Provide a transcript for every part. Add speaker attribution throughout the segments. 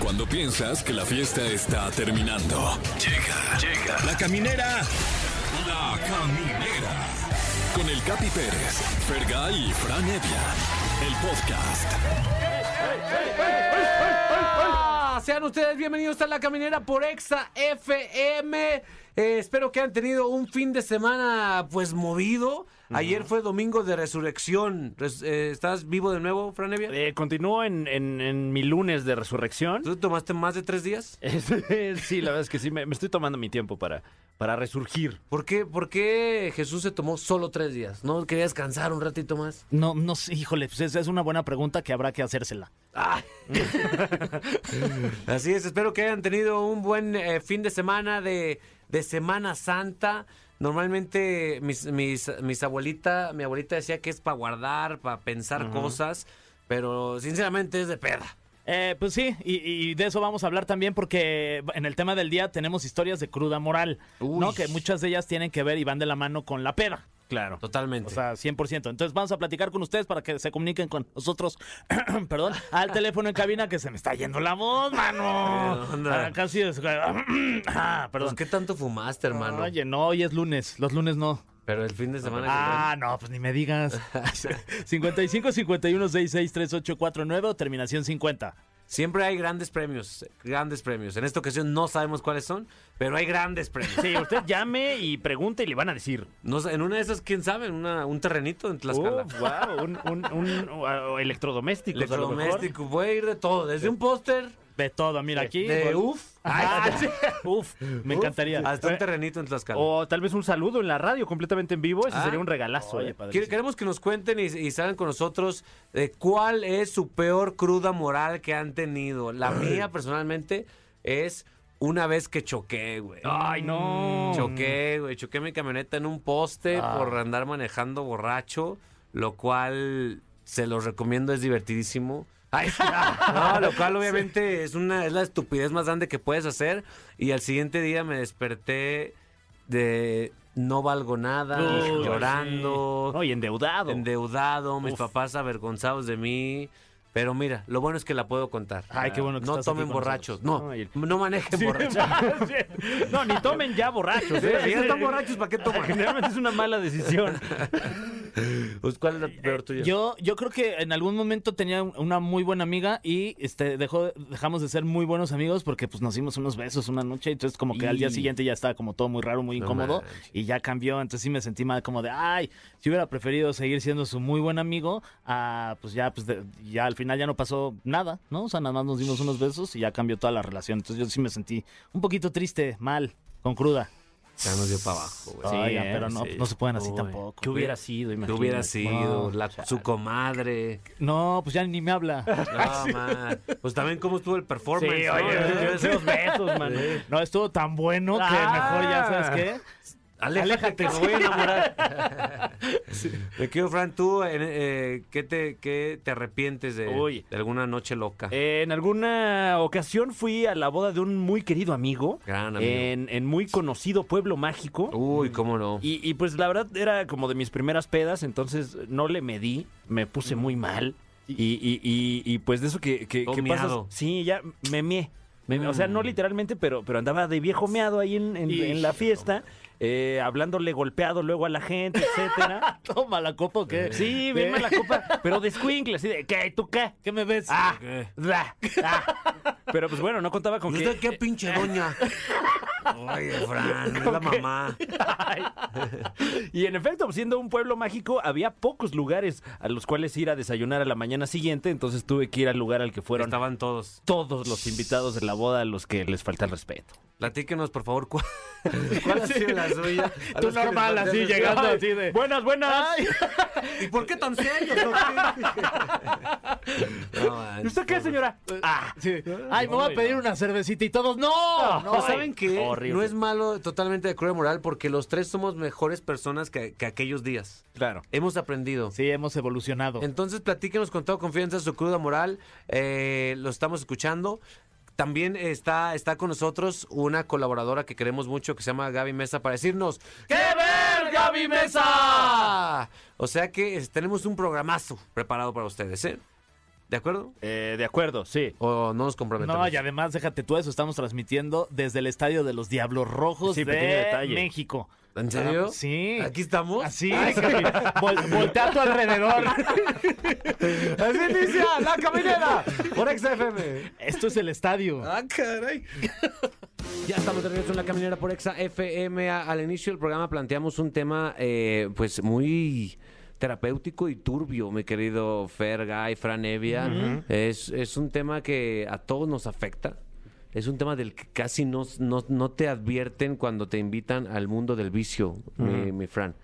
Speaker 1: Cuando piensas que la fiesta está terminando. Llega, llega. La caminera. La caminera. Con el Capi Pérez, Fergay y Fran Evia. El podcast.
Speaker 2: Ah, Sean ustedes bienvenidos a La Caminera por Exa FM. Eh, espero que han tenido un fin de semana pues movido. Ayer fue domingo de resurrección. Res- eh, ¿Estás vivo de nuevo, Franevia?
Speaker 3: Eh, continúo en, en- en mi lunes de resurrección.
Speaker 2: ¿Tú tomaste más de tres días?
Speaker 3: Este, sí, la verdad es que sí, me, me estoy tomando mi tiempo para, para resurgir.
Speaker 2: ¿Por qué, ¿Por qué Jesús se tomó solo tres días? ¿No quería descansar un ratito más?
Speaker 4: No, no sé, híjole, pues esa es una buena pregunta que habrá que hacérsela.
Speaker 2: Ah. Así es, espero que hayan tenido un buen eh, fin de semana de, de Semana Santa. Normalmente mis, mis, mis abuelita, mi abuelita decía que es para guardar, para pensar cosas, pero sinceramente es de peda.
Speaker 4: Eh, pues sí, y, y de eso vamos a hablar también porque en el tema del día tenemos historias de cruda moral,
Speaker 2: Uy.
Speaker 4: ¿no? Que muchas de ellas tienen que ver y van de la mano con la peda.
Speaker 3: Claro.
Speaker 2: Totalmente.
Speaker 4: O sea, 100%. Entonces vamos a platicar con ustedes para que se comuniquen con nosotros, perdón, al teléfono en cabina que se me está yendo la voz, mano.
Speaker 2: ¿Qué onda?
Speaker 4: Ah, casi es- ah,
Speaker 2: Pues,
Speaker 4: perdón.
Speaker 2: ¿Qué tanto fumaste, hermano?
Speaker 4: Oye, no, hoy es lunes, los lunes no.
Speaker 2: Pero el fin de semana... que
Speaker 4: Ah, no, pues ni me digas. 55 51 66 3849 o terminación 50.
Speaker 2: viene, Siempre hay grandes premios, grandes premios. En esta ocasión no sabemos cuáles son, pero hay grandes premios.
Speaker 3: Sí, usted llame y pregunte y le van a decir.
Speaker 2: No sé, en una de esas, quién sabe, en una- un terrenito en Tlaxcala.
Speaker 3: Uf,
Speaker 4: Oh,
Speaker 3: wow, un, un- un- uh, electrodoméstico.
Speaker 4: Pues
Speaker 2: Electrodoméstico, puede ir de todo, desde un póster...
Speaker 4: De todo, mira aquí.
Speaker 2: De
Speaker 4: Vol-
Speaker 2: uf.
Speaker 3: pues, Ah, sí.
Speaker 4: Uf, me
Speaker 3: Uf. Eh,
Speaker 4: encantaría.
Speaker 2: Hasta Ah, un terrenito en Tlaxcala.
Speaker 3: O tal vez un saludo en la radio completamente en vivo. Ese
Speaker 2: Ah.
Speaker 3: sería un regalazo.
Speaker 4: Oye,
Speaker 3: eh.
Speaker 4: padre.
Speaker 2: Quiere- Queremos que nos cuenten y, y salgan con nosotros eh, cuál es su peor cruda moral que han tenido. La mía, personalmente, es una vez que choqué, güey.
Speaker 3: Ay, no. Ah.
Speaker 2: Choqué, güey. Choqué mi camioneta en un poste por andar manejando borracho, lo cual se los recomiendo, es divertidísimo. Ay, ah, no, lo cual obviamente es una es la estupidez más grande que puedes hacer. Y al siguiente día me desperté de no valgo nada,
Speaker 3: Uy,
Speaker 2: llorando,
Speaker 3: sí. No, y endeudado.
Speaker 2: endeudado, mis
Speaker 3: Uf.
Speaker 2: papás avergonzados de mí. Pero mira, lo bueno es que la puedo contar.
Speaker 4: Ay, qué bueno que
Speaker 2: No
Speaker 4: estás aquí
Speaker 2: tomen
Speaker 4: con
Speaker 2: borrachos,
Speaker 4: nosotros.
Speaker 2: no,
Speaker 3: Ay.
Speaker 2: no manejen
Speaker 3: Sí,
Speaker 2: borrachos.
Speaker 3: no, ni tomen ya borrachos.
Speaker 2: Sí,
Speaker 3: eh.
Speaker 2: si ya están borrachos, ¿para qué toman?
Speaker 3: Generalmente es una mala decisión.
Speaker 2: Pues, ¿cuál es la peor tuya?
Speaker 4: Eh, Yo, yo creo que en algún momento tenía un- una muy buena amiga y este dejó, dejamos de ser muy buenos amigos porque pues nos dimos unos besos una noche, entonces como que al día
Speaker 2: Y-
Speaker 4: siguiente ya estaba como todo muy raro, muy
Speaker 2: No
Speaker 4: incómodo
Speaker 2: manches.
Speaker 4: y ya cambió, entonces sí me sentí mal como de ay, si hubiera preferido seguir siendo su muy buen amigo, ah, pues ya, pues de- ya al final ya no pasó nada, ¿no? O sea, nada más nos dimos unos besos y ya cambió toda la relación. Entonces yo sí me sentí un poquito triste, mal, con cruda.
Speaker 2: Ya nos dio para abajo, güey.
Speaker 3: Sí,
Speaker 4: Oigan,
Speaker 3: eh,
Speaker 4: pero no,
Speaker 3: sí.
Speaker 4: no se pueden así
Speaker 3: Uy,
Speaker 4: tampoco.
Speaker 3: ¿Qué hubiera sido?
Speaker 2: ¿Qué
Speaker 3: Imagínate.
Speaker 2: hubiera sido?
Speaker 4: no,
Speaker 2: La- su comadre.
Speaker 4: No, pues ya ni me habla.
Speaker 2: No, man. Pues también cómo estuvo el
Speaker 3: Sí,
Speaker 2: performance.
Speaker 3: oye,
Speaker 2: ¿no?
Speaker 3: oye, esos besos, mano.
Speaker 4: No, estuvo tan bueno que
Speaker 3: Ah.
Speaker 4: mejor ya sabes qué.
Speaker 2: Aléjate, me voy a enamorar. Me quedo, Fran, tú, en- eh, ¿qué, te, qué te arrepientes de,
Speaker 3: Uy.
Speaker 2: de alguna noche loca?
Speaker 3: Eh, en alguna ocasión fui a la boda de un muy querido amigo,
Speaker 2: Gran amigo.
Speaker 3: En, en muy conocido pueblo mágico.
Speaker 2: Uy, cómo no.
Speaker 3: Y, y, pues la verdad era como de mis primeras pedas, entonces no le medí, me puse muy mal. Y, y- y- y, pues de eso que, que,
Speaker 2: Todo Mm.
Speaker 3: que pasas.
Speaker 2: meado.
Speaker 3: Sí, ya me mié. Me- O sea, no literalmente, pero, pero andaba de viejo meado ahí en, en- en la fiesta, eh, hablándole golpeado luego a la gente, etcétera.
Speaker 4: Toma la copa o qué.
Speaker 3: Sí, bien la copa, pero de squinkle, así de, ¿qué? ¿Tú qué?
Speaker 4: ¿Qué me ves?
Speaker 3: Ah,
Speaker 2: ¿Qué?
Speaker 3: da, da. Pero pues bueno, no contaba con
Speaker 2: ¿Y
Speaker 3: que...
Speaker 2: usted qué pinche doña? Oye, Fran, es la mamá.
Speaker 3: Y en efecto, siendo un pueblo mágico, había pocos lugares a los cuales ir a desayunar a la mañana siguiente, entonces tuve que ir al lugar al que fueron
Speaker 2: Estaban todos.
Speaker 3: todos los invitados de la boda a los que les falta el respeto.
Speaker 2: Platíquenos, por favor, cuál, cuál ha sido la suya. A
Speaker 4: Tú
Speaker 2: los que les
Speaker 4: normal,
Speaker 2: mandé
Speaker 4: así
Speaker 2: besos.
Speaker 4: llegando
Speaker 3: Ay,
Speaker 4: así de.
Speaker 3: Buenas, buenas.
Speaker 2: ¿Y por qué tan serio?
Speaker 3: ¿Y ¿Usted qué, señora? Ah,
Speaker 4: Sí. Ay, me voy a pedir una cervecita y todos. ¡No!
Speaker 2: No, ¿saben
Speaker 3: Ay,
Speaker 2: qué?
Speaker 3: horrible.
Speaker 2: No es malo totalmente de cruel moral porque los tres somos mejores personas que, que aquellos días.
Speaker 3: claro.
Speaker 2: Hemos aprendido.
Speaker 4: Sí, hemos evolucionado.
Speaker 2: Entonces, platíquenos con toda confianza su cruda moral. eh, lo estamos escuchando. También está, está con nosotros una colaboradora que queremos mucho que se llama Gaby Mesa para decirnos ¡Qué ver, Gaby este, Mesa! O sea que es- tenemos un programazo preparado para ustedes, ¿eh? ¿De acuerdo?
Speaker 3: Eh, de acuerdo, sí.
Speaker 2: ¿O no nos comprometemos?
Speaker 4: No, y además, déjate tú eso, estamos transmitiendo desde el estadio de los Diablos Rojos
Speaker 3: Sí,
Speaker 4: de
Speaker 3: pequeño detalle.
Speaker 4: México.
Speaker 2: ¿En serio?
Speaker 4: Ah, Sí.
Speaker 2: ¿Aquí estamos?
Speaker 4: Así es, Capi. Vol- voltea a tu alrededor.
Speaker 2: Así inicia la caminera por XFM.
Speaker 4: Esto es el estadio.
Speaker 2: Ah, caray. Ya estamos de regreso en la caminera por Exa FM. A- Al inicio del programa planteamos un tema, eh, pues, muy terapéutico y turbio, mi querido Ferga y Fran Evia. es, es un tema que a todos nos afecta. Es un tema del que casi no, no, no te advierten cuando te invitan al mundo del vicio, mi, mi Fran.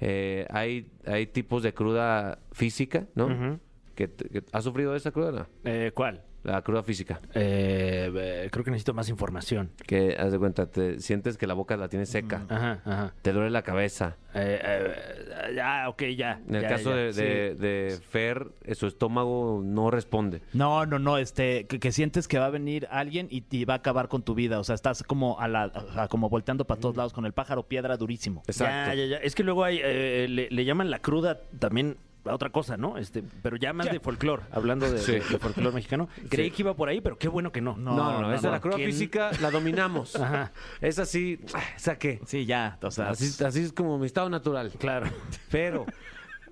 Speaker 2: Eh, hay, hay tipos de cruda física, ¿no? que, te- que- ¿Has sufrido esa cruda? no?
Speaker 3: Eh, ¿Cuál?
Speaker 2: La cruda física.
Speaker 3: Eh, eh, creo que necesito más información.
Speaker 2: Que haz de cuenta, te sientes que la boca la tienes seca,
Speaker 3: Ajá, ajá.
Speaker 2: te duele la cabeza.
Speaker 3: Eh, eh, ya, ok, ya.
Speaker 2: En el
Speaker 3: ya,
Speaker 2: caso
Speaker 3: ya,
Speaker 2: de, de-
Speaker 3: sí.
Speaker 2: de Fer, eh, su estómago no responde.
Speaker 4: No, no, no, este, que, que sientes que va a venir alguien y, y va a acabar con tu vida. O sea, estás como a la, a- como volteando para
Speaker 2: Mm.
Speaker 4: todos lados con el pájaro piedra durísimo.
Speaker 2: Exacto.
Speaker 3: Ya, ya, ya. Es que luego hay, eh, le, le llaman la cruda también a otra cosa, ¿no? Este, pero ya más de folclore, hablando de,
Speaker 2: Sí.
Speaker 3: de- de folclore mexicano. Creí que iba por ahí, pero qué bueno que no.
Speaker 2: No, no, no, esa la cruda
Speaker 3: ¿Quién?
Speaker 2: física la dominamos.
Speaker 3: Ajá.
Speaker 2: Esa sí, ah, esa qué.
Speaker 4: Sí, ya, o sea,
Speaker 2: Así, así es como mi estado natural.
Speaker 3: Claro.
Speaker 2: Pero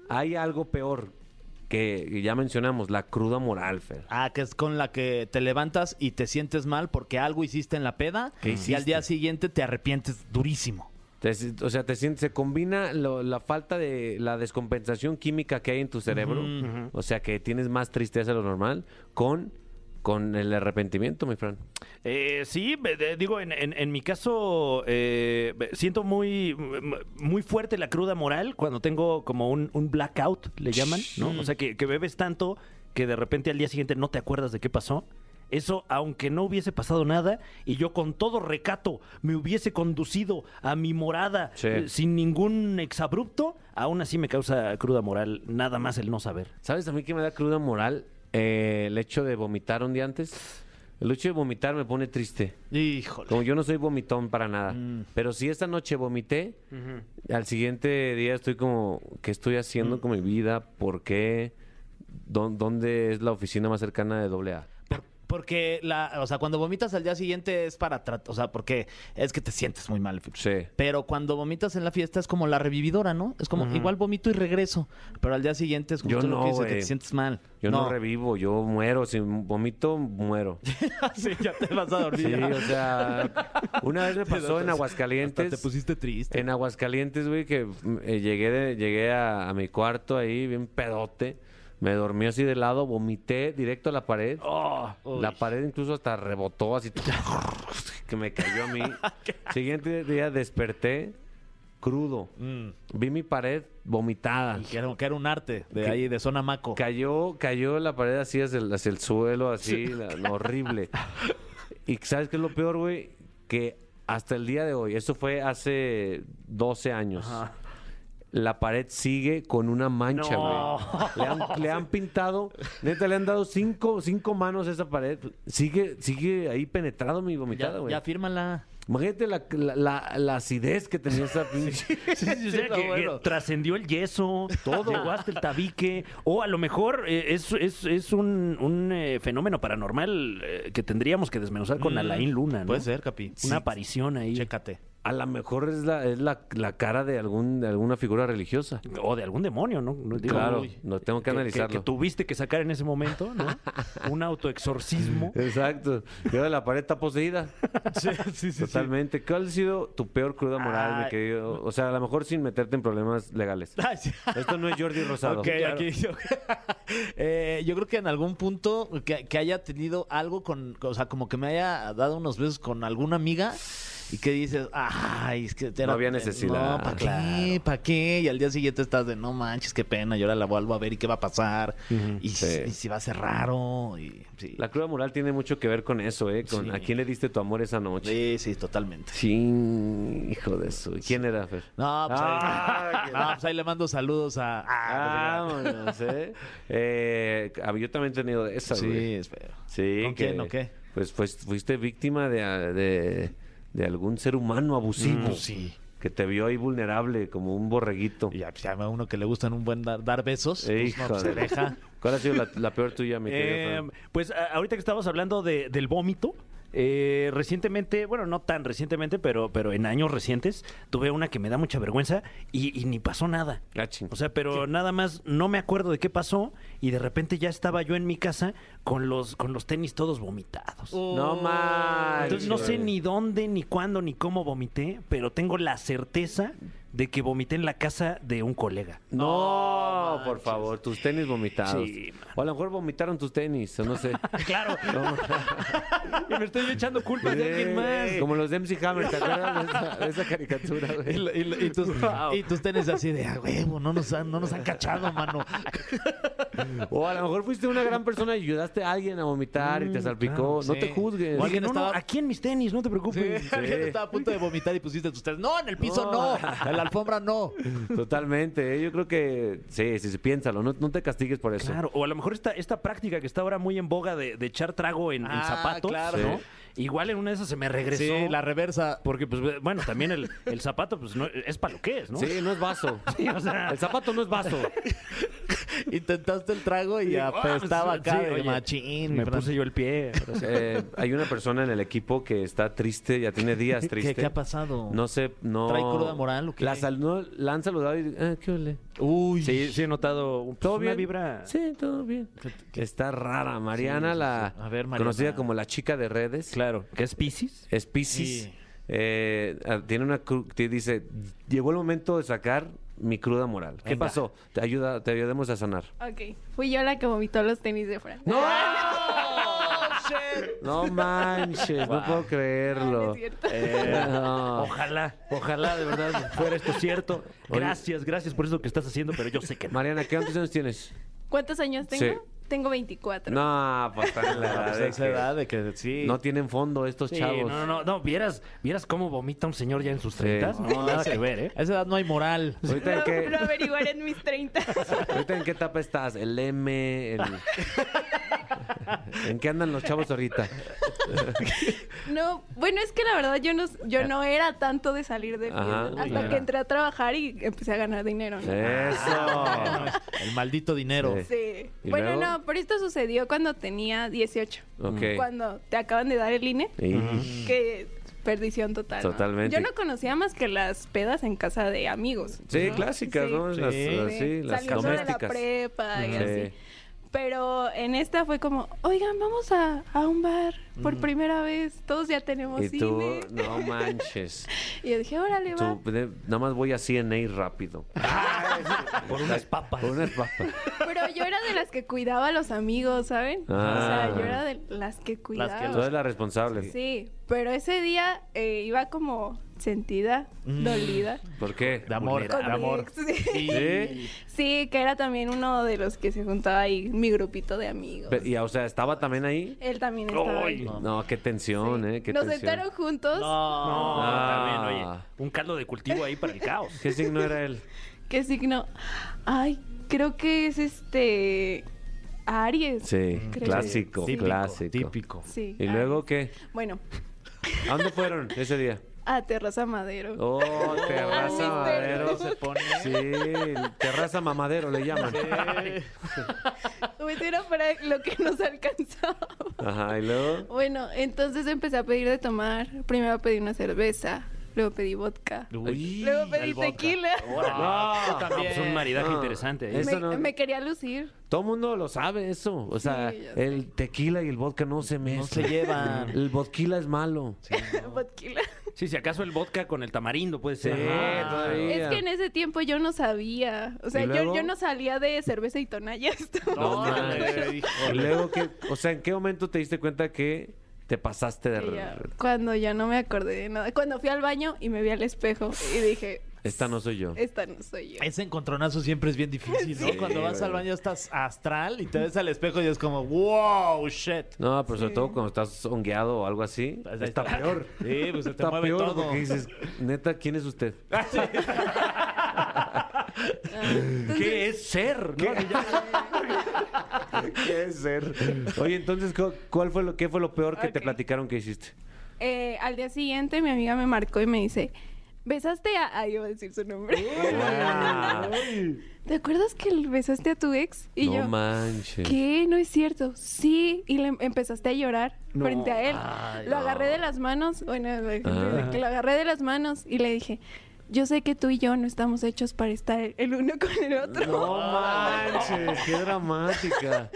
Speaker 2: hay algo peor que que ya mencionamos, la cruda moral, Fer.
Speaker 4: Ah, que es con la que te levantas y te sientes mal porque algo hiciste en la peda
Speaker 2: ¿Qué
Speaker 4: y
Speaker 2: hiciste?
Speaker 4: al día siguiente te arrepientes durísimo.
Speaker 2: Te si- o sea, te sientes, se combina lo- la falta de la descompensación química que hay en tu cerebro, o sea, que tienes más tristeza de lo normal, con, con el arrepentimiento, mi Fran.
Speaker 3: Eh, sí, be- de- digo, en, en- en mi caso eh, be- siento muy, m- muy fuerte la cruda moral cuando tengo como un, un blackout, le llaman, ¿no? O sea, que, que bebes tanto que de repente al día siguiente no te acuerdas de qué pasó. Eso, aunque no hubiese pasado nada y yo con todo recato me hubiese conducido a mi morada
Speaker 2: Sí.
Speaker 3: eh, sin ningún exabrupto, aún así me causa cruda moral, nada más el no saber.
Speaker 2: ¿Sabes a mí que me da cruda moral Eh, el hecho de vomitar un día antes? El hecho de vomitar me pone triste.
Speaker 4: Híjole.
Speaker 2: Como yo no soy vomitón para nada.
Speaker 4: Mm.
Speaker 2: Pero si esta noche vomité, al siguiente día estoy como, ¿qué estoy haciendo
Speaker 4: Mm.
Speaker 2: con mi vida? ¿Por qué? ¿Dó- ¿Dónde es la oficina más cercana de AA?
Speaker 4: Por- porque la, o sea, cuando vomitas al día siguiente es para tratar, o sea, porque es que te sientes muy mal.
Speaker 2: Sí.
Speaker 4: Pero cuando vomitas en la fiesta es como la revividora, ¿no? Es como igual vomito y regreso, pero al día siguiente es justo
Speaker 2: Yo
Speaker 4: lo
Speaker 2: no,
Speaker 4: que dices, que
Speaker 2: güey.
Speaker 4: te sientes mal.
Speaker 2: Yo no. revivo, yo muero. Si vomito, muero.
Speaker 4: Ah, sí, ya te vas a dormir.
Speaker 2: Sí,
Speaker 4: ya.
Speaker 2: o sea, una vez me pasó en
Speaker 4: Hasta te
Speaker 2: Aguascalientes.
Speaker 4: pusiste triste.
Speaker 2: En Aguascalientes, güey, que mm, eh, llegué, de- llegué a, a mi cuarto ahí, bien pedote. Me dormí así de lado, vomité directo a la pared. la pared incluso hasta rebotó así, que me cayó a mí. Siguiente día desperté crudo. Vi mi pared vomitada.
Speaker 4: Que era, que era un arte de
Speaker 2: Que-
Speaker 4: ahí, de zona maco.
Speaker 2: Cayó, cayó la pared así hacia el, hacia el suelo, así, la- la horrible. Y ¿sabes qué es lo peor, güey? Que hasta el día de hoy, eso fue hace 12 años. La pared sigue con una mancha, güey.
Speaker 3: No.
Speaker 2: Le, han, le han pintado, neta, le han dado cinco, cinco manos a esa pared. Sigue, sigue ahí penetrado mi vomitada,
Speaker 4: Ya,
Speaker 2: güey.
Speaker 4: ya fírmala.
Speaker 2: Imagínate la, la, la- la acidez que tenía esa pinche.
Speaker 3: O sea, que- que trascendió el yeso, todo. Llegó hasta el tabique. O a lo mejor eh, es, es- es un, un, eh, fenómeno paranormal eh, que tendríamos que desmenuzar
Speaker 2: Mm,
Speaker 3: con Alain Luna, ¿no?
Speaker 4: Puede ser, Capi.
Speaker 3: Una aparición ahí.
Speaker 4: Chécate.
Speaker 2: A lo mejor es la, es la, la cara de, algún, de alguna figura religiosa.
Speaker 3: O de algún demonio, ¿no? No digo,
Speaker 2: Claro,
Speaker 3: uy,
Speaker 2: no, tengo que analizarlo.
Speaker 3: Que, tuviste que sacar en ese momento, ¿no? un autoexorcismo.
Speaker 2: Exacto. Y ahora la pared está poseída. Totalmente. ¿Cuál ha sido tu peor cruda moral, mi
Speaker 4: Ay.
Speaker 2: querido? O sea, a lo mejor sin meterte en problemas legales.
Speaker 4: Ay, sí.
Speaker 2: Esto no es Jordi Rosado.
Speaker 4: Ok, aquí yo, Eh, yo creo que en algún punto que, que haya tenido algo con, o sea, como que me haya dado unos besos con alguna amiga y que dices, ay, es que te
Speaker 2: No había necesidad.
Speaker 4: No, ¿para qué?
Speaker 2: Claro.
Speaker 4: ¿Para qué? Y al día siguiente estás de, no manches, qué pena, y ahora la vuelvo a ver y qué va a pasar. y,
Speaker 2: sí.
Speaker 4: si, y si va a ser raro. Y, sí.
Speaker 2: La cruda moral tiene mucho que ver con eso, ¿eh? Con
Speaker 4: Sí.
Speaker 2: a quién le diste tu amor esa noche.
Speaker 4: sí, sí, totalmente.
Speaker 2: Sí, hijo de eso. ¿Quién era, Fer?
Speaker 4: No, pues,
Speaker 2: Ah,
Speaker 4: ahí,
Speaker 2: qué-
Speaker 4: no, pues ahí le mando saludos a... ah,
Speaker 2: Vámonos, ¿eh? Eh, a mí yo también he tenido de esas,
Speaker 4: sí,
Speaker 2: güey.
Speaker 4: espero.
Speaker 2: Sí,
Speaker 4: ¿Con
Speaker 2: que,
Speaker 4: quién o qué?
Speaker 2: Pues, pues fuiste víctima de, de, de algún ser humano abusivo.
Speaker 4: Pues sí.
Speaker 2: Que te vio ahí vulnerable, como un borreguito. Eh,
Speaker 4: Y ya, pues, ya a uno que le gustan un buen dar, dar besos, pues, no,
Speaker 2: Híjole.
Speaker 4: pues, se deja.
Speaker 2: ¿Cuál ha sido la, la peor tuya, mi querido
Speaker 3: Eh,
Speaker 2: Fran?
Speaker 3: pues a- ahorita que estábamos hablando de- del vómito, eh, recientemente, bueno, no tan recientemente, pero, pero en años recientes, tuve una que me da mucha vergüenza y, y ni pasó nada.
Speaker 2: Ah, ching.
Speaker 3: O sea, pero nada más no me acuerdo de qué pasó y de repente ya estaba yo en mi casa con los, con los tenis todos vomitados.
Speaker 4: Oh,
Speaker 2: No más.
Speaker 3: Entonces no sé ni dónde, ni cuándo, ni cómo vomité, pero tengo la certeza de que vomité en la casa de un colega.
Speaker 2: No, por favor, tus tenis vomitados.
Speaker 3: Sí, man.
Speaker 2: o a lo mejor vomitaron tus tenis, o no sé.
Speaker 3: Claro. y me estoy echando culpas Pues de alguien más.
Speaker 2: Eh, Como los de MC Hammer, ¿te acuerdas de esa, de esa caricatura? güey?
Speaker 4: tus, y tus tenis así de, "Ah, huevo, no nos han, no nos han cachado, mano.
Speaker 2: O a lo mejor fuiste una gran persona y ayudaste a alguien a vomitar
Speaker 3: Mm,
Speaker 2: y te salpicó. no
Speaker 4: claro, sí.
Speaker 2: te juzgues.
Speaker 4: O alguien
Speaker 3: No, no,
Speaker 4: estaba-
Speaker 3: aquí en mis tenis, no te preocupes.
Speaker 4: Alguien estaba a punto de vomitar y pusiste tus tenis. No, en el piso no, en la alfombra no.
Speaker 2: Totalmente. ¿eh? Yo creo que sí, sí, sí, piénsalo. No, no te castigues por eso.
Speaker 3: Claro, o a lo mejor esta, esta práctica que está ahora muy en boga de, de echar trago en, en
Speaker 4: Ah,
Speaker 3: zapatos,
Speaker 4: claro.
Speaker 3: ¿no?
Speaker 2: Sí.
Speaker 3: Igual en una de esas se me regresó.
Speaker 4: Sí, la reversa.
Speaker 3: Porque, pues, bueno, también el, el zapato, pues, no, es para lo que es, ¿no?
Speaker 2: Sí, no es vaso.
Speaker 3: Sí, o sea,
Speaker 2: El zapato no es vaso.
Speaker 4: Intentaste el trago y
Speaker 3: Sí,
Speaker 4: apestaba
Speaker 3: ah, sí,
Speaker 4: acá de
Speaker 3: oye,
Speaker 4: machín.
Speaker 3: me
Speaker 4: mi Fran.
Speaker 3: puse yo el pie. pero sí.
Speaker 2: Eh, hay una persona en el equipo que está triste, ya tiene días triste.
Speaker 4: ¿Qué, qué ha pasado?
Speaker 2: No sé, no.
Speaker 4: ¿Trae cruda moral o qué?
Speaker 2: La, sal- no, la han saludado y. Ah, ¿qué ole?
Speaker 4: Uy.
Speaker 3: Sí, sí he notado pues,
Speaker 2: ¿Todo
Speaker 3: una
Speaker 2: bien?
Speaker 3: vibra.
Speaker 2: Sí, todo bien. Está rara. Mariana,
Speaker 4: Sí, sí,
Speaker 2: la
Speaker 4: sí. A ver, Mariana.
Speaker 2: conocida como la chica de redes.
Speaker 3: Claro. ¿Qué es Pisces?
Speaker 2: Es Piscis.
Speaker 4: Sí.
Speaker 2: Eh, ah, tiene una cru- te dice, llegó el momento de sacar mi cruda moral. ¿Qué
Speaker 4: Venga.
Speaker 2: pasó? Te ayuda, te ayudemos a sanar.
Speaker 5: Ok, fui yo la que vomitó los tenis de Fran.
Speaker 2: ¡No!
Speaker 4: Oh,
Speaker 2: No manches, no puedo
Speaker 5: Ah, No, no
Speaker 2: creerlo.
Speaker 5: es cierto.
Speaker 2: Eh.
Speaker 3: Ah.
Speaker 2: No.
Speaker 3: Ojalá.
Speaker 2: Ojalá de verdad
Speaker 3: Fuera esto cierto.
Speaker 2: Oye.
Speaker 3: Gracias, gracias por eso que estás haciendo, pero yo sé que no.
Speaker 2: Mariana, ¿qué cuántos años tienes?
Speaker 5: ¿Cuántos años tengo?
Speaker 2: Sí.
Speaker 5: Tengo 24.
Speaker 2: No, pues está en la
Speaker 4: Ah,
Speaker 2: edad
Speaker 4: pues,
Speaker 2: de
Speaker 4: esa
Speaker 2: que
Speaker 4: edad de que sí.
Speaker 2: No tienen fondo estos
Speaker 3: Sí,
Speaker 2: chavos.
Speaker 3: no, no, no, no, vieras, vieras cómo vomita un señor ya en sus
Speaker 2: Sí.
Speaker 3: 30
Speaker 4: No,
Speaker 3: No, nada
Speaker 4: ese-
Speaker 3: que ver, ¿eh?
Speaker 4: A esa edad no hay moral.
Speaker 2: Ahorita en
Speaker 5: Lo-
Speaker 2: qué,
Speaker 5: Lo averiguaré en mis 30.
Speaker 2: ahorita en qué etapa estás, el M, el... ¿En qué andan los chavos ahorita?
Speaker 5: No, bueno, es que la verdad yo no, yo no era tanto de salir de
Speaker 2: Ajá.
Speaker 5: fiesta. hasta
Speaker 2: Uy,
Speaker 5: que
Speaker 2: ya.
Speaker 5: entré a trabajar y empecé a ganar dinero. ¿no?
Speaker 2: Eso.
Speaker 4: El maldito dinero.
Speaker 2: Sí.
Speaker 5: Sí.
Speaker 2: ¿Y
Speaker 5: Bueno,
Speaker 2: luego?
Speaker 5: no, pero esto sucedió cuando tenía 18.
Speaker 2: Ok.
Speaker 5: Cuando te acaban de dar el INE,
Speaker 2: Y-
Speaker 5: que perdición total. ¿no?
Speaker 2: Mm. Totalmente.
Speaker 5: Yo no conocía más que las pedas en casa de amigos.
Speaker 2: Sí,
Speaker 5: ¿no?
Speaker 2: clásicas,
Speaker 5: Sí.
Speaker 2: ¿no? Las,
Speaker 4: Sí.
Speaker 2: las- sí, las
Speaker 5: Saliendo de la
Speaker 2: domésticas.
Speaker 5: prepa y
Speaker 2: Ujú.
Speaker 5: así.
Speaker 2: Sí.
Speaker 5: Pero en esta fue como, oigan, vamos a, a un bar por primera vez. Todos ya tenemos
Speaker 2: Mm. Y tú,
Speaker 5: cine.
Speaker 2: no manches.
Speaker 5: Y yo dije, órale, va.
Speaker 2: Tú, de- nada más voy a CNA rápido.
Speaker 3: Por unas papas.
Speaker 2: Por unas papas.
Speaker 5: Pero yo era de las que cuidaba a los amigos, ¿saben?
Speaker 2: Ah.
Speaker 5: O sea, yo era de las que cuidaba.
Speaker 2: Tú eres la responsable.
Speaker 5: Sí, pero ese día eh, iba como sentida, dolida.
Speaker 2: ¿Por qué?
Speaker 4: De amor, de
Speaker 5: Con mi
Speaker 4: amor.
Speaker 5: ex, Sí.
Speaker 2: Sí.
Speaker 5: Sí, que era también uno de los que se juntaba ahí, mi grupito de amigos.
Speaker 2: Pe- Y, o sea, ¿estaba también ahí?
Speaker 5: Él también estaba ahí.
Speaker 2: No, qué tensión, ¿eh? Qué
Speaker 5: Nos
Speaker 2: tensión.
Speaker 5: sentaron juntos.
Speaker 3: No,
Speaker 2: Ah.
Speaker 3: también, oye. Un caldo de cultivo ahí para el caos.
Speaker 2: ¿Qué signo era él?
Speaker 5: ¿Qué signo? Ay, creo que es este. Aries.
Speaker 2: Sí,
Speaker 5: Creo que-
Speaker 2: clásico,
Speaker 5: sí.
Speaker 2: clásico.
Speaker 4: Típico.
Speaker 5: Sí.
Speaker 2: ¿Y luego qué?
Speaker 5: Bueno,
Speaker 2: ¿A dónde fueron ese día?
Speaker 5: a Terraza Madero.
Speaker 2: Oh, Terraza
Speaker 5: misterio.
Speaker 2: Madero.
Speaker 4: Se pone.
Speaker 2: Sí, Terraza Mamadero le llaman.
Speaker 5: Pues era para lo que nos alcanzaba.
Speaker 2: Ajá, y luego.
Speaker 5: Bueno, entonces empecé a pedir de tomar. Primero pedí una cerveza, luego pedí vodka.
Speaker 4: Uy,
Speaker 5: Luego pedí
Speaker 4: el vodka.
Speaker 5: tequila.
Speaker 3: No,
Speaker 4: también.
Speaker 3: pues un maridaje
Speaker 2: No.
Speaker 3: interesante. ahí.
Speaker 2: Es-
Speaker 5: Me,
Speaker 2: eso no-
Speaker 5: me quería lucir.
Speaker 2: Todo mundo lo sabe eso. O sea,
Speaker 5: Sí, ya sé.
Speaker 2: el tequila y el vodka no se mezclan.
Speaker 4: se llevan.
Speaker 2: El vodquila es malo.
Speaker 5: Vodquila.
Speaker 3: Sí, si acaso el vodka con el tamarindo puede ser.
Speaker 2: Sí,
Speaker 3: Ajá.
Speaker 2: todavía.
Speaker 5: Es que en ese tiempo yo no sabía. O
Speaker 2: ¿Y
Speaker 5: sea, yo,
Speaker 2: luego?
Speaker 5: yo no salía de cerveza y tonalla. estaba-
Speaker 2: No
Speaker 4: Órale,
Speaker 2: manches.
Speaker 4: híjole.
Speaker 2: Y luego, que, o sea, ¿en qué momento te diste cuenta que te pasaste de...
Speaker 5: que ya- cuando ya no me acordé de nada. Cuando fui al baño y me vi al espejo y dije,
Speaker 2: Esta no soy yo.
Speaker 5: esta no soy yo.
Speaker 4: Ese encontronazo siempre es bien difícil, ¿no?
Speaker 2: Sí,
Speaker 4: Cuando vas
Speaker 2: güey.
Speaker 4: al baño estás astral y te ves al espejo y es como, wow, shit.
Speaker 2: No, pero sobre todo cuando estás hongueado o algo así.
Speaker 4: Pues Ahí
Speaker 2: Está
Speaker 4: está.
Speaker 2: peor.
Speaker 4: Sí, pues se te
Speaker 2: Está
Speaker 4: mueve
Speaker 2: peor
Speaker 4: todo.
Speaker 2: porque dices, neta, ¿quién es usted?
Speaker 3: ¿Qué es ser? ¿no?
Speaker 2: ¿Qué ser? Oye, entonces, ¿cu- ¿cuál fue lo, ¿qué fue lo peor que te
Speaker 5: Ok.
Speaker 2: platicaron que hiciste?
Speaker 5: Eh, al día siguiente mi amiga me marcó y me dice, Besaste a. Ay, iba a decir su nombre.
Speaker 2: Wow.
Speaker 5: ¿Te acuerdas que el- besaste a tu ex? Y
Speaker 2: no
Speaker 5: yo.
Speaker 2: manches.
Speaker 5: ¿Qué? No es cierto. Sí, y le em- empezaste a llorar frente a él.
Speaker 4: Ay,
Speaker 5: lo agarré de las manos, bueno,
Speaker 2: Ah.
Speaker 5: lo agarré de las manos y le dije, yo sé que tú y yo no estamos hechos para estar el uno con el otro,
Speaker 2: No manches, qué dramática.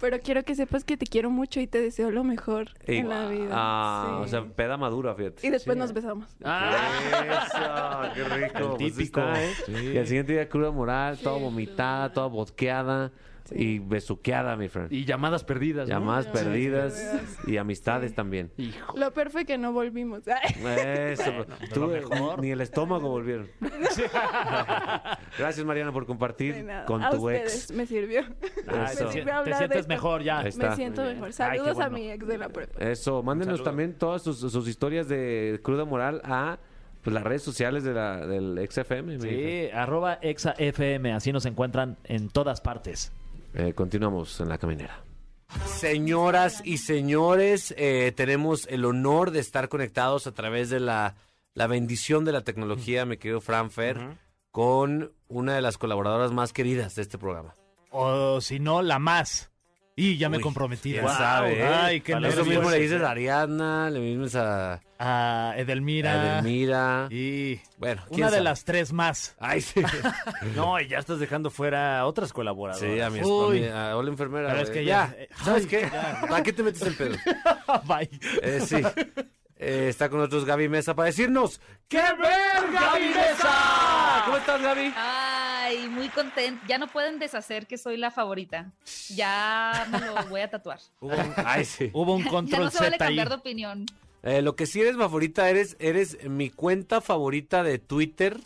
Speaker 5: pero quiero que sepas que te quiero mucho y te deseo lo mejor en la vida.
Speaker 2: Ah,
Speaker 5: Sí.
Speaker 2: o sea, peda madura, fíjate.
Speaker 5: y después nos besamos.
Speaker 2: Eso, qué rico.
Speaker 3: Ah. El
Speaker 2: pues
Speaker 3: típico.
Speaker 2: está, ¿eh?
Speaker 3: Sí.
Speaker 2: Y al siguiente día cruda moral, toda vomitada, toda bosqueada y besuqueada, mi friend.
Speaker 3: Y llamadas perdidas. ¿no?
Speaker 2: Llamadas
Speaker 5: Sí.
Speaker 2: perdidas y amistades también.
Speaker 3: Hijo.
Speaker 5: Lo peor fue que no volvimos.
Speaker 2: Eso,
Speaker 5: pues
Speaker 2: tú, ni el estómago volvieron. Gracias, Mariana, por
Speaker 5: De
Speaker 2: compartir
Speaker 5: nada.
Speaker 2: con
Speaker 5: a
Speaker 2: tu
Speaker 5: ustedes
Speaker 2: ex.
Speaker 5: me sirvió.
Speaker 2: Ay,
Speaker 5: Me
Speaker 2: te
Speaker 5: sirvió
Speaker 4: sien-
Speaker 5: hablar
Speaker 4: te
Speaker 5: de
Speaker 4: sientes
Speaker 5: esto.
Speaker 4: mejor ya.
Speaker 2: Ahí está.
Speaker 5: Me siento
Speaker 3: Muy bien.
Speaker 5: mejor.
Speaker 3: Ay, qué
Speaker 5: Saludos a
Speaker 3: bueno.
Speaker 5: mi ex de la prepa.
Speaker 2: Eso, mándenos
Speaker 3: saludo.
Speaker 2: también todas sus, sus historias de cruda moral a pues, las redes sociales de la, del XFM. mi hija.
Speaker 4: Sí, arroba exafm, así nos encuentran en todas partes.
Speaker 2: Eh, continuamos en la caminera. Señoras y señores, eh, tenemos el honor de estar conectados a través de la, la bendición de la tecnología, mi querido Franfer, con una de las colaboradoras más queridas de este programa.
Speaker 4: O si no, la más. Y ya me
Speaker 2: Uy,
Speaker 4: comprometí.
Speaker 2: quién
Speaker 4: Guau.
Speaker 2: sabe, ¿eh?
Speaker 4: Ay, qué
Speaker 3: Para
Speaker 2: Eso
Speaker 4: nervios.
Speaker 2: mismo le dices a Ariadna, le dices a, a
Speaker 4: A Edelmira.
Speaker 2: Edelmira.
Speaker 4: Y
Speaker 2: Bueno, ¿quién
Speaker 4: una de
Speaker 2: sabe?
Speaker 4: las tres más.
Speaker 2: Ay, sí.
Speaker 3: No, y ya estás dejando fuera a otras colaboradoras.
Speaker 2: Sí, a mi
Speaker 4: Uy.
Speaker 2: esposa, a hola enfermera.
Speaker 4: Pero es
Speaker 2: güey.
Speaker 4: que ya- eh,
Speaker 2: ¿Sabes qué? ¿Para qué te metes en pedo?
Speaker 4: Bye.
Speaker 2: Eh, sí. Eh, está con nosotros Gaby Mesa para decirnos ¡Qué ver, Gaby Mesa! ¿Cómo estás, Gaby?
Speaker 6: Ay, muy contenta. Ya no pueden deshacer que soy la favorita. Ya me lo voy a tatuar.
Speaker 2: Ay, sí.
Speaker 4: Hubo un
Speaker 6: ya
Speaker 4: control
Speaker 6: no se vale
Speaker 4: Z ahí.
Speaker 6: cambiar de opinión.
Speaker 2: Eh, lo que sí eres favorita, eres, eres mi cuenta favorita de Twitter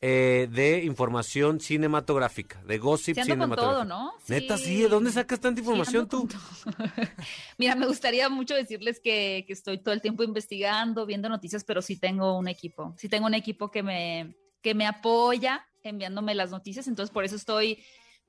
Speaker 2: eh, de información cinematográfica, de gossip
Speaker 6: Se ando con
Speaker 2: cinematográfico.
Speaker 6: todo, ¿no?
Speaker 2: Neta, sí, ¿de dónde sacas tanta
Speaker 6: Sí, ando
Speaker 2: información tú?
Speaker 6: con todo. Mira, me gustaría mucho decirles que, que estoy todo el tiempo investigando, viendo noticias, pero sí tengo un equipo. Sí tengo un equipo que me, que me apoya enviándome las noticias, entonces por eso estoy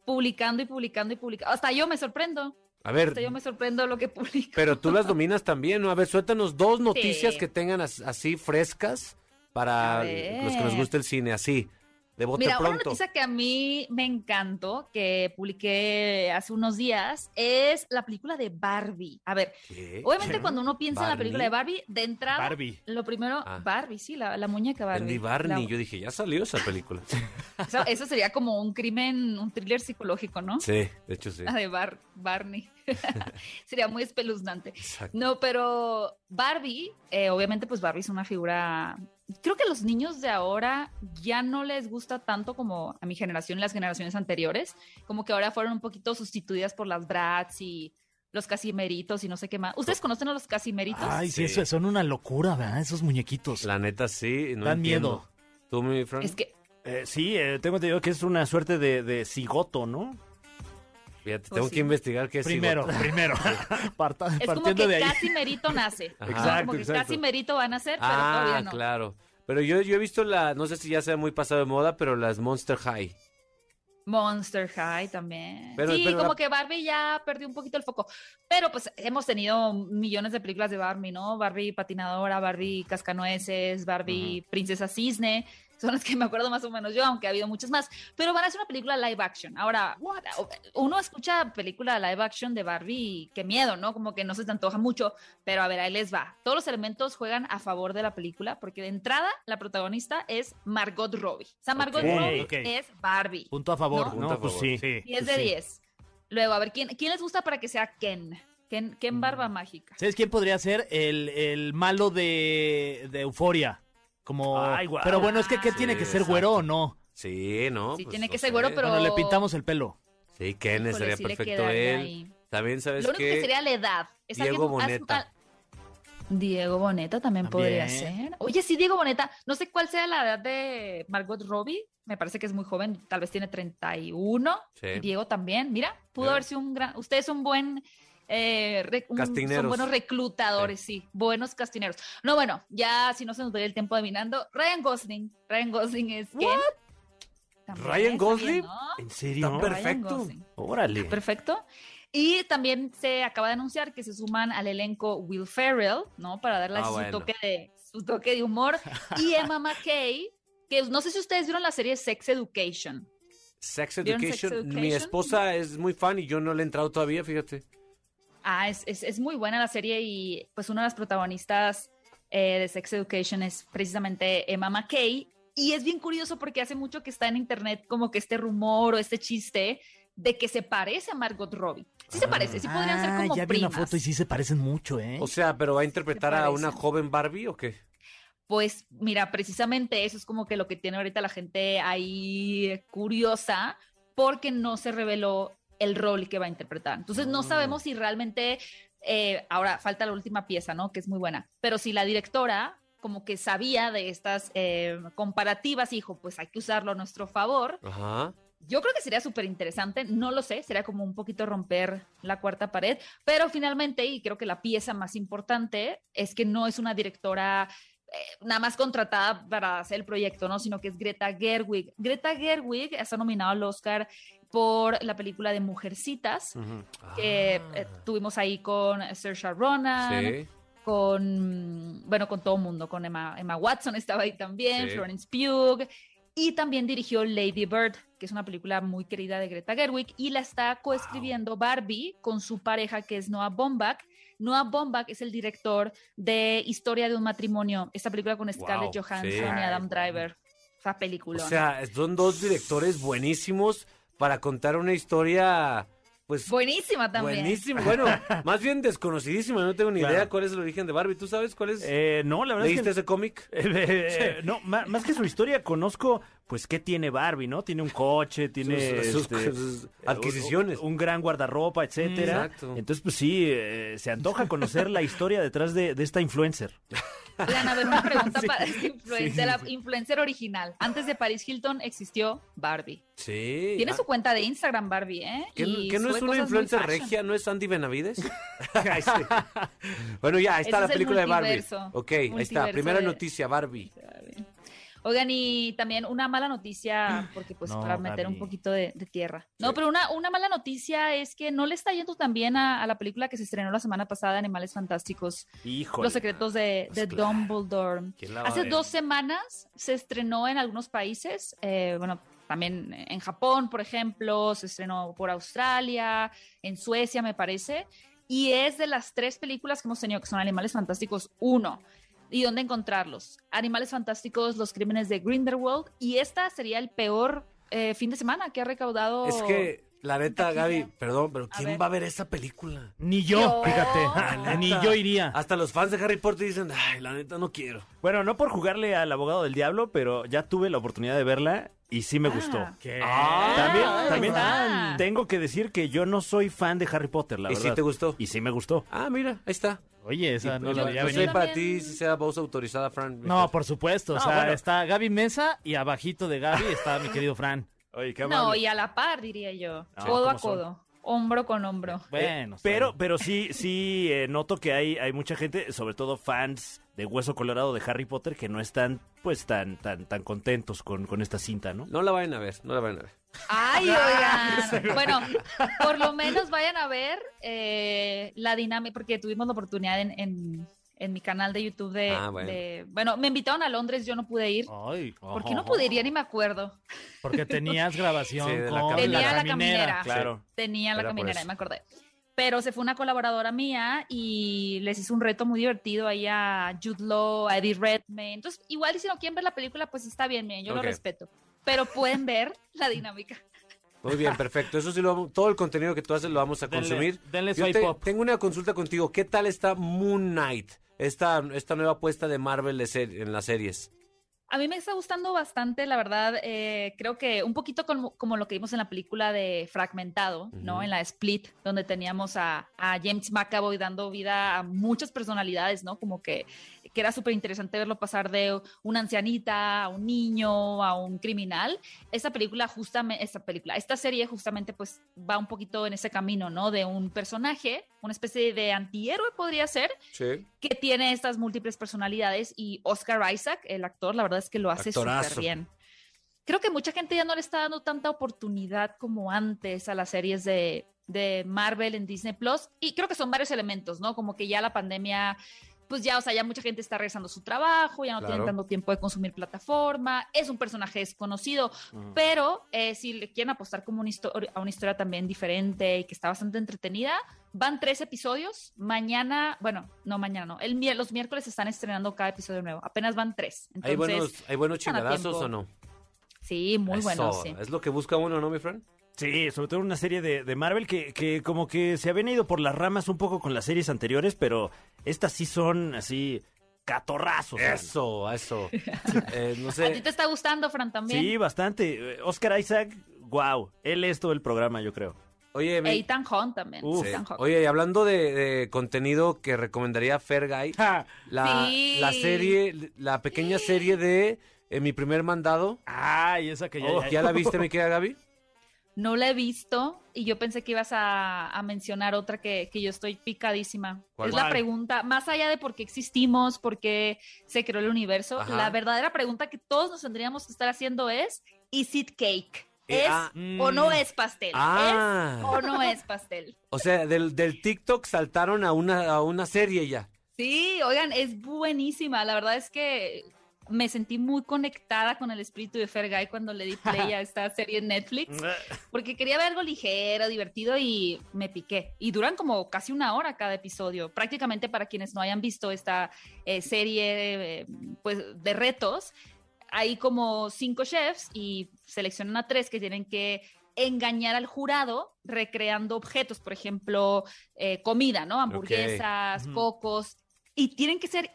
Speaker 6: publicando y publicando y publicando. Hasta yo me sorprendo.
Speaker 2: A ver,
Speaker 6: Hasta yo me sorprendo lo que publico.
Speaker 2: pero tú las dominas también, ¿no? A ver, suéltanos dos noticias
Speaker 6: Sí.
Speaker 2: que tengan as- así frescas para
Speaker 6: A
Speaker 2: los que nos
Speaker 6: ver.
Speaker 2: gusta el cine, así, de bote
Speaker 6: Mira, una
Speaker 2: pronto.
Speaker 6: noticia que a mí me encantó, que publiqué hace unos días, es la película de Barbie. A ver,
Speaker 2: ¿Qué?
Speaker 6: obviamente cuando uno piensa en la película de Barbie, de entrada,
Speaker 4: Barbie.
Speaker 6: lo primero,
Speaker 2: Ah.
Speaker 6: Barbie, sí, la, la muñeca Barbie.
Speaker 2: Andy Barney,
Speaker 6: La-
Speaker 2: yo dije, ya salió esa película.
Speaker 6: eso, eso sería como un crimen, un thriller psicológico, ¿no?
Speaker 2: sí, de hecho sí.
Speaker 6: La de Bar- Barney. sería muy espeluznante.
Speaker 2: Exacto.
Speaker 6: No, pero Barbie, eh, obviamente, pues Barbie es una figura. Creo que los niños de ahora ya no les gusta tanto como a mi generación y las generaciones anteriores. Como que ahora fueron un poquito sustituidas por las Bratz y los Casimeritos y no sé qué más. ¿Ustedes conocen a los Casimeritos?
Speaker 4: Oh. Ay, sí,
Speaker 2: Sí.
Speaker 4: eso son una locura, ¿verdad? Esos muñequitos.
Speaker 2: La neta sí, no
Speaker 4: Dan
Speaker 2: entiendo.
Speaker 4: miedo.
Speaker 2: Tú, mi Fran,
Speaker 6: Es que
Speaker 3: Eh, sí, eh, tengo entendido que es una suerte de, de cigoto, ¿no?
Speaker 2: fíjate,
Speaker 6: Pues
Speaker 2: tengo
Speaker 6: sí.
Speaker 2: que investigar qué es.
Speaker 4: primero,
Speaker 2: cigoto.
Speaker 4: primero. Parta-
Speaker 6: es como
Speaker 4: partiendo de
Speaker 6: que
Speaker 4: ahí.
Speaker 6: Casimerito nace.
Speaker 2: Ajá.
Speaker 6: Exacto,
Speaker 3: Exacto,
Speaker 6: como que
Speaker 3: exacto.
Speaker 6: Casimerito van a ser, pero
Speaker 2: Ah,
Speaker 6: todavía no.
Speaker 2: claro. Pero yo, yo he visto la, no sé si ya sea muy pasado de moda, pero las Monster High.
Speaker 4: Ah,
Speaker 6: Monster High también.
Speaker 2: Pero-
Speaker 6: sí,
Speaker 2: pero
Speaker 6: como
Speaker 2: la-
Speaker 6: que Barbie ya perdió un poquito el foco. Pero pues hemos tenido millones de películas de Barbie, ¿no? Barbie patinadora, Barbie cascanueces, Barbie princesa cisne. Son las que me acuerdo más o menos yo, aunque ha habido muchas más. Pero van a hacer una película live action. Ahora, uno escucha película live action de Barbie, y qué miedo, ¿no? Como que no se te antoja mucho. Pero a ver, ahí les va. Todos los elementos juegan a favor de la película, porque de entrada la protagonista es Margot Robbie. O sea, Margot
Speaker 4: Ok,
Speaker 6: Robbie
Speaker 4: ok.
Speaker 6: es Barbie.
Speaker 4: Punto a favor,
Speaker 6: No.
Speaker 2: Punto a
Speaker 3: pues
Speaker 2: favor.
Speaker 3: sí.
Speaker 6: 10 de 10. Luego, a ver, ¿quién, ¿quién les gusta para que sea Ken? Ken,
Speaker 2: Mm.
Speaker 6: Ken Barba Mágica.
Speaker 4: ¿Sabes quién podría ser? El, el malo de, de Euforia. Como...
Speaker 3: Ay, guau.
Speaker 4: Pero bueno, es que ¿qué tiene
Speaker 2: Ah, Sí,
Speaker 4: que ser güero o no?
Speaker 2: Sí, ¿no?
Speaker 6: Sí,
Speaker 2: Pues,
Speaker 6: tiene
Speaker 2: no
Speaker 6: que
Speaker 2: sé.
Speaker 6: ser güero, pero...
Speaker 4: Bueno, le pintamos el pelo.
Speaker 2: Sí, Ken
Speaker 6: Híjole,
Speaker 2: sería
Speaker 6: sí le
Speaker 2: perfecto
Speaker 6: quedaría
Speaker 2: él.
Speaker 6: ahí.
Speaker 2: También sabes
Speaker 6: Lo único que
Speaker 2: que
Speaker 6: sería la edad. Es
Speaker 2: Diego
Speaker 6: alguien- haz-
Speaker 2: Boneta.
Speaker 6: al- Diego Boneta también, podría
Speaker 4: También.
Speaker 6: ser. Oye, sí, Diego Boneta. No sé cuál sea la edad de Margot Robbie. Me parece que es muy joven. Tal vez tiene 31.
Speaker 2: Sí.
Speaker 6: Diego también. Mira, pudo
Speaker 2: Mira.
Speaker 6: haber sido un gran... Ustedes son buen... eh, re- un-
Speaker 2: Castineros.
Speaker 6: Son buenos reclutadores, sí. Buenos castineros. No, bueno, ya si no se nos doy el tiempo adivinando. Ryan Gosling. Ryan Gosling es... Ken.
Speaker 2: ¿Ryan
Speaker 6: También está bien,
Speaker 2: Gosling?
Speaker 6: ¿no?
Speaker 3: ¿En serio?
Speaker 4: Ah,
Speaker 2: Tan
Speaker 6: Ryan
Speaker 2: perfecto.
Speaker 6: Gosling.
Speaker 3: Órale.
Speaker 6: Ah, Perfecto. Y también se acaba de anunciar que se suman al elenco Will Ferrell, ¿no? Para darle
Speaker 2: Ah,
Speaker 6: su,
Speaker 2: bueno.
Speaker 6: toque de, su toque de humor. Y Emma McKay, que no sé si ustedes vieron la serie Sex Education.
Speaker 2: Sex
Speaker 6: ¿Vieron
Speaker 2: education.
Speaker 6: Sex
Speaker 2: Mi
Speaker 6: Education?
Speaker 2: esposa es muy fan y yo no le he entrado todavía, fíjate.
Speaker 6: Ah, es, es- es muy buena la serie y pues una de las protagonistas eh, de Sex Education es precisamente Emma McKay. Y es bien curioso porque hace mucho que está en internet como que este rumor o este chiste de que se parece a Margot Robbie. Sí se parece, sí podrían ser
Speaker 4: Ah,
Speaker 6: como
Speaker 4: ya vi una
Speaker 6: primas.
Speaker 4: foto y sí se parecen mucho, ¿eh?
Speaker 2: O sea, pero va a interpretar a una
Speaker 6: parecen.
Speaker 2: joven Barbie o qué?
Speaker 6: Pues mira, precisamente eso es como que lo que tiene ahorita la gente ahí curiosa porque no se reveló el rol que va a interpretar. Entonces no sabemos si realmente, eh, ahora falta la última pieza, ¿no? Que es muy buena, pero si la directora como que sabía de estas eh, comparativas, dijo, pues hay que usarlo a nuestro favor.
Speaker 2: Ajá.
Speaker 6: Yo creo que sería súper interesante, no lo sé, sería como un poquito romper la cuarta pared, pero finalmente, y creo que la pieza más importante es que no es una directora eh, nada más contratada para hacer el proyecto, ¿no? Sino que es Greta Gerwig. Greta Gerwig está nominada al Oscar por la película de Mujercitas, que eh, tuvimos ahí con Saoirse Ronan,
Speaker 2: Ah. Sí.
Speaker 6: con, mm, bueno, con todo el mundo, con Emma, Emma Watson estaba ahí también,
Speaker 2: Sí.
Speaker 6: Florence Pugh, y también dirigió Lady Bird, que es una película muy querida de Greta Gerwig, y la está coescribiendo Barbie con su pareja que es Noah Baumbach. Noah Baumbach es el director de Historia de un matrimonio, esta película con Scarlett
Speaker 2: Wow,
Speaker 6: Johansson
Speaker 2: sí.
Speaker 6: y Adam Driver. Esa
Speaker 2: O
Speaker 6: película.
Speaker 2: sea, son dos directores buenísimos para contar una historia, pues,
Speaker 6: Buenísima también.
Speaker 2: buenísima. Bueno, más bien desconocidísima, no tengo ni
Speaker 3: Claro.
Speaker 2: idea cuál es el origen de Barbie. ¿Tú sabes cuál es?
Speaker 3: Eh, no, la verdad
Speaker 2: ¿Leíste
Speaker 3: es que...
Speaker 2: ese cómic?
Speaker 3: Eh, eh, eh, no, ma- más, que su historia, conozco, pues, qué tiene Barbie, ¿no? Tiene un coche, tiene...
Speaker 2: Sus- sus-
Speaker 3: este,
Speaker 2: sus adquisiciones.
Speaker 3: Un, un gran guardarropa, etcétera.
Speaker 2: Exacto.
Speaker 3: Entonces, pues sí, eh, se antoja conocer la historia detrás de, de esta influencer.
Speaker 6: Lana, a ver, una pregunta para este
Speaker 3: sí, sí,
Speaker 6: influen- de la
Speaker 3: sí.
Speaker 6: influencer original. Antes de Paris Hilton existió Barbie.
Speaker 2: Sí.
Speaker 6: Tiene
Speaker 2: Ah,
Speaker 6: su cuenta de Instagram, Barbie, ¿eh?
Speaker 2: ¿Que,
Speaker 6: Y
Speaker 2: que no
Speaker 6: sube
Speaker 2: es una
Speaker 6: cosas muy
Speaker 2: influencer
Speaker 6: fashion.
Speaker 2: regia? ¿No es Andy Benavides? Ay, sí. bueno, ya, ahí está
Speaker 6: Ese
Speaker 2: la
Speaker 6: es el
Speaker 2: película de Barbie.
Speaker 6: multiverso.
Speaker 2: Ok, ahí está.
Speaker 6: Multiverso
Speaker 2: Primera
Speaker 6: de-
Speaker 2: noticia, Barbie.
Speaker 6: Oigan, y también una mala noticia, porque pues
Speaker 4: No,
Speaker 6: para meter
Speaker 4: Gaby.
Speaker 6: un poquito de, de tierra. No, pero una, una mala noticia es que no le está yendo tan bien a, a la película que se estrenó la semana pasada, Animales Fantásticos,
Speaker 3: Híjole.
Speaker 6: Los Secretos de,
Speaker 2: Pues
Speaker 6: de
Speaker 2: claro.
Speaker 6: Dumbledore.
Speaker 2: ¿Quién la va a
Speaker 6: Hace
Speaker 2: ver?
Speaker 6: dos semanas se estrenó en algunos países, eh, bueno, también en Japón, por ejemplo, se estrenó por Australia, en Suecia, me parece, y es de las tres películas que hemos tenido, que son Animales Fantásticos 1. ¿Y dónde encontrarlos? Animales Fantásticos, Los Crímenes de Grindelwald, y esta sería el peor eh, fin de semana que ha recaudado.
Speaker 2: Es que, la neta,
Speaker 6: taquilla.
Speaker 2: Gaby, perdón, pero ¿quién
Speaker 6: ver.
Speaker 2: va a ver esa película?
Speaker 4: Ni yo,
Speaker 6: Yo.
Speaker 4: fíjate. Ah, Ni yo
Speaker 6: Ah.
Speaker 4: iría.
Speaker 2: Hasta los fans de Harry Potter dicen, ay, la neta, no quiero.
Speaker 3: Ah, Bueno, no por jugarle al abogado del diablo, pero ya tuve la oportunidad de verla y sí me
Speaker 6: Ah.
Speaker 3: gustó.
Speaker 4: ¿Qué?
Speaker 3: También,
Speaker 6: Ah,
Speaker 3: también
Speaker 6: ¿verdad?
Speaker 3: tengo que decir que yo no soy fan de Harry Potter, la
Speaker 2: ¿Y
Speaker 3: verdad.
Speaker 2: si te gustó?
Speaker 3: Y sí me gustó.
Speaker 2: Ah, mira, ahí está.
Speaker 4: Oye, esa no
Speaker 3: pues
Speaker 2: yo,
Speaker 4: la veía
Speaker 6: había
Speaker 2: no sé
Speaker 6: venido.
Speaker 4: venir.
Speaker 2: para ti si sea voz autorizada, Fran.
Speaker 4: No, por supuesto. O
Speaker 3: No,
Speaker 4: sea,
Speaker 3: bueno.
Speaker 4: está Gaby Mesa y abajito de Gaby está mi querido Fran.
Speaker 3: Oye, qué
Speaker 6: No, y a la par, diría yo.
Speaker 3: No,
Speaker 6: codo a
Speaker 3: Ah, ¿cómo son?
Speaker 6: codo, hombro con hombro.
Speaker 4: Bueno, está
Speaker 3: Pero,
Speaker 4: bien.
Speaker 3: pero sí, sí eh, noto que hay, hay mucha gente, sobre todo fans de Hueso Colorado de Harry Potter, que no están, pues, tan, tan, tan contentos con, con esta cinta, ¿no?
Speaker 2: No la vayan a ver, no la vayan a ver.
Speaker 6: Ay,
Speaker 3: Ah,
Speaker 6: oigan. Bueno, por lo menos vayan a ver eh, la dinámica, porque tuvimos la oportunidad en, en- en mi canal de YouTube de de-
Speaker 2: Ah,
Speaker 6: bueno.
Speaker 2: bueno.
Speaker 6: me invitaron a Londres, yo no pude ir.
Speaker 4: Ay,
Speaker 6: ¿Por qué no pude ir? Ya Ni me acuerdo.
Speaker 4: Porque tenías grabación
Speaker 2: Sí, de la
Speaker 4: con
Speaker 2: caminera.
Speaker 6: Tenía la caminera.
Speaker 3: Claro.
Speaker 6: Tenía la
Speaker 3: Era por
Speaker 6: caminera,
Speaker 3: eso.
Speaker 6: ya me acordé. Pero se fue una colaboradora mía y les hizo un reto muy divertido ahí a Jude Law, a Eddie Redmayne. Entonces, igual y si no quieren ver la película, pues está bien, miren, yo
Speaker 2: Ok.
Speaker 6: lo respeto. Pero pueden ver la dinámica.
Speaker 2: Muy bien, perfecto. Eso sí, lo vamos- todo el contenido que tú haces lo vamos a
Speaker 4: Denle-
Speaker 2: consumir.
Speaker 4: denle
Speaker 2: Yo
Speaker 4: swipe
Speaker 2: te-
Speaker 4: up.
Speaker 2: Tengo una consulta contigo. ¿Qué tal está Moon Knight? Esta, esta nueva apuesta de Marvel de ser- en las series.
Speaker 6: A mí me está gustando bastante, la verdad. eh, creo que un poquito como, como lo que vimos en la película de Fragmentado, ¿no?
Speaker 2: Ujú.
Speaker 6: En la Split, donde teníamos a, a James McAvoy dando vida a muchas personalidades, ¿no? Como que, que era súper interesante verlo pasar de una ancianita a un niño, a un criminal. Esta película, justamente, esta película, esta serie justamente pues va un poquito en ese camino, ¿no? De un personaje, una especie de antihéroe podría ser,
Speaker 2: Sí.
Speaker 6: que tiene estas múltiples personalidades y Oscar Isaac, el actor, la verdad es que lo hace
Speaker 2: Actorazo.
Speaker 6: súper bien. Creo que mucha gente ya no le está dando tanta oportunidad como antes a las series de, de Marvel en Disney Plus. Y creo que son varios elementos, ¿no? Como que ya la pandemia, pues ya, o sea, ya mucha gente está regresando a su trabajo, ya no
Speaker 2: Claro.
Speaker 6: tienen tanto tiempo de consumir plataforma, es un personaje desconocido, pero eh, si le quieren apostar como una historia, a una historia también diferente y que está bastante entretenida, van tres episodios. Mañana, bueno, no mañana, no. El, mier- los miércoles están estrenando cada episodio nuevo. Apenas van tres. Entonces,
Speaker 2: ¿Hay buenos, ¿Hay buenos
Speaker 6: están a
Speaker 2: chingadazos
Speaker 6: tiempo.
Speaker 2: o no?
Speaker 6: sí, muy
Speaker 2: Eso, eh.
Speaker 6: buenos, sí.
Speaker 2: Es lo que busca uno, ¿no, mi friend?
Speaker 3: Sí, sobre todo una serie de, de Marvel que, que como que se habían ido por las ramas un poco con las series anteriores, pero estas sí son así catorrazos. man.
Speaker 2: Eso, eso. Eh, no
Speaker 6: A ti
Speaker 2: sé.
Speaker 6: te está gustando, Fran, también.
Speaker 3: Sí, bastante. Eh, Oscar Isaac, wow, él es todo el programa, yo creo.
Speaker 2: Oye, mi-
Speaker 6: E Ethan Hunt también.
Speaker 3: Uf.
Speaker 6: Ethan Hunt.
Speaker 2: Oye, y hablando de, de contenido que recomendaría Fergay, la,
Speaker 6: Sí.
Speaker 2: la serie, la pequeña serie de eh, Mi Primer Mandado.
Speaker 4: Ay, esa que ya...
Speaker 2: Oh, ¿Ya la viste, mi querida Gaby?
Speaker 6: No la he visto y yo pensé que ibas a, a mencionar otra que, que yo estoy picadísima.
Speaker 2: ¿Cuál?
Speaker 6: Es la
Speaker 2: ¿Cuál?
Speaker 6: pregunta, más allá de por qué existimos, por qué se creó el universo,
Speaker 2: Ajá.
Speaker 6: la verdadera pregunta que todos nos tendríamos que estar haciendo es, ¿is it cake?
Speaker 2: Eh,
Speaker 6: ¿Es
Speaker 2: ah,
Speaker 6: o no
Speaker 4: mm.
Speaker 6: es pastel? ¿Es
Speaker 2: Ah,
Speaker 6: o no es pastel?
Speaker 2: o sea, del, del TikTok saltaron a una, a una serie ya.
Speaker 6: Sí, oigan, es buenísima. La verdad es que me sentí muy conectada con el espíritu de Fergay cuando le di play a esta serie en Netflix, porque quería ver algo ligero, divertido y me piqué. Y duran como casi una hora cada episodio. Prácticamente para quienes no hayan visto esta eh, serie eh, pues, de retos, hay como cinco chefs y seleccionan a tres que tienen que engañar al jurado recreando objetos, por ejemplo, eh, comida, ¿no? Hamburguesas,
Speaker 3: Ujú.
Speaker 6: cocos. Y tienen que ser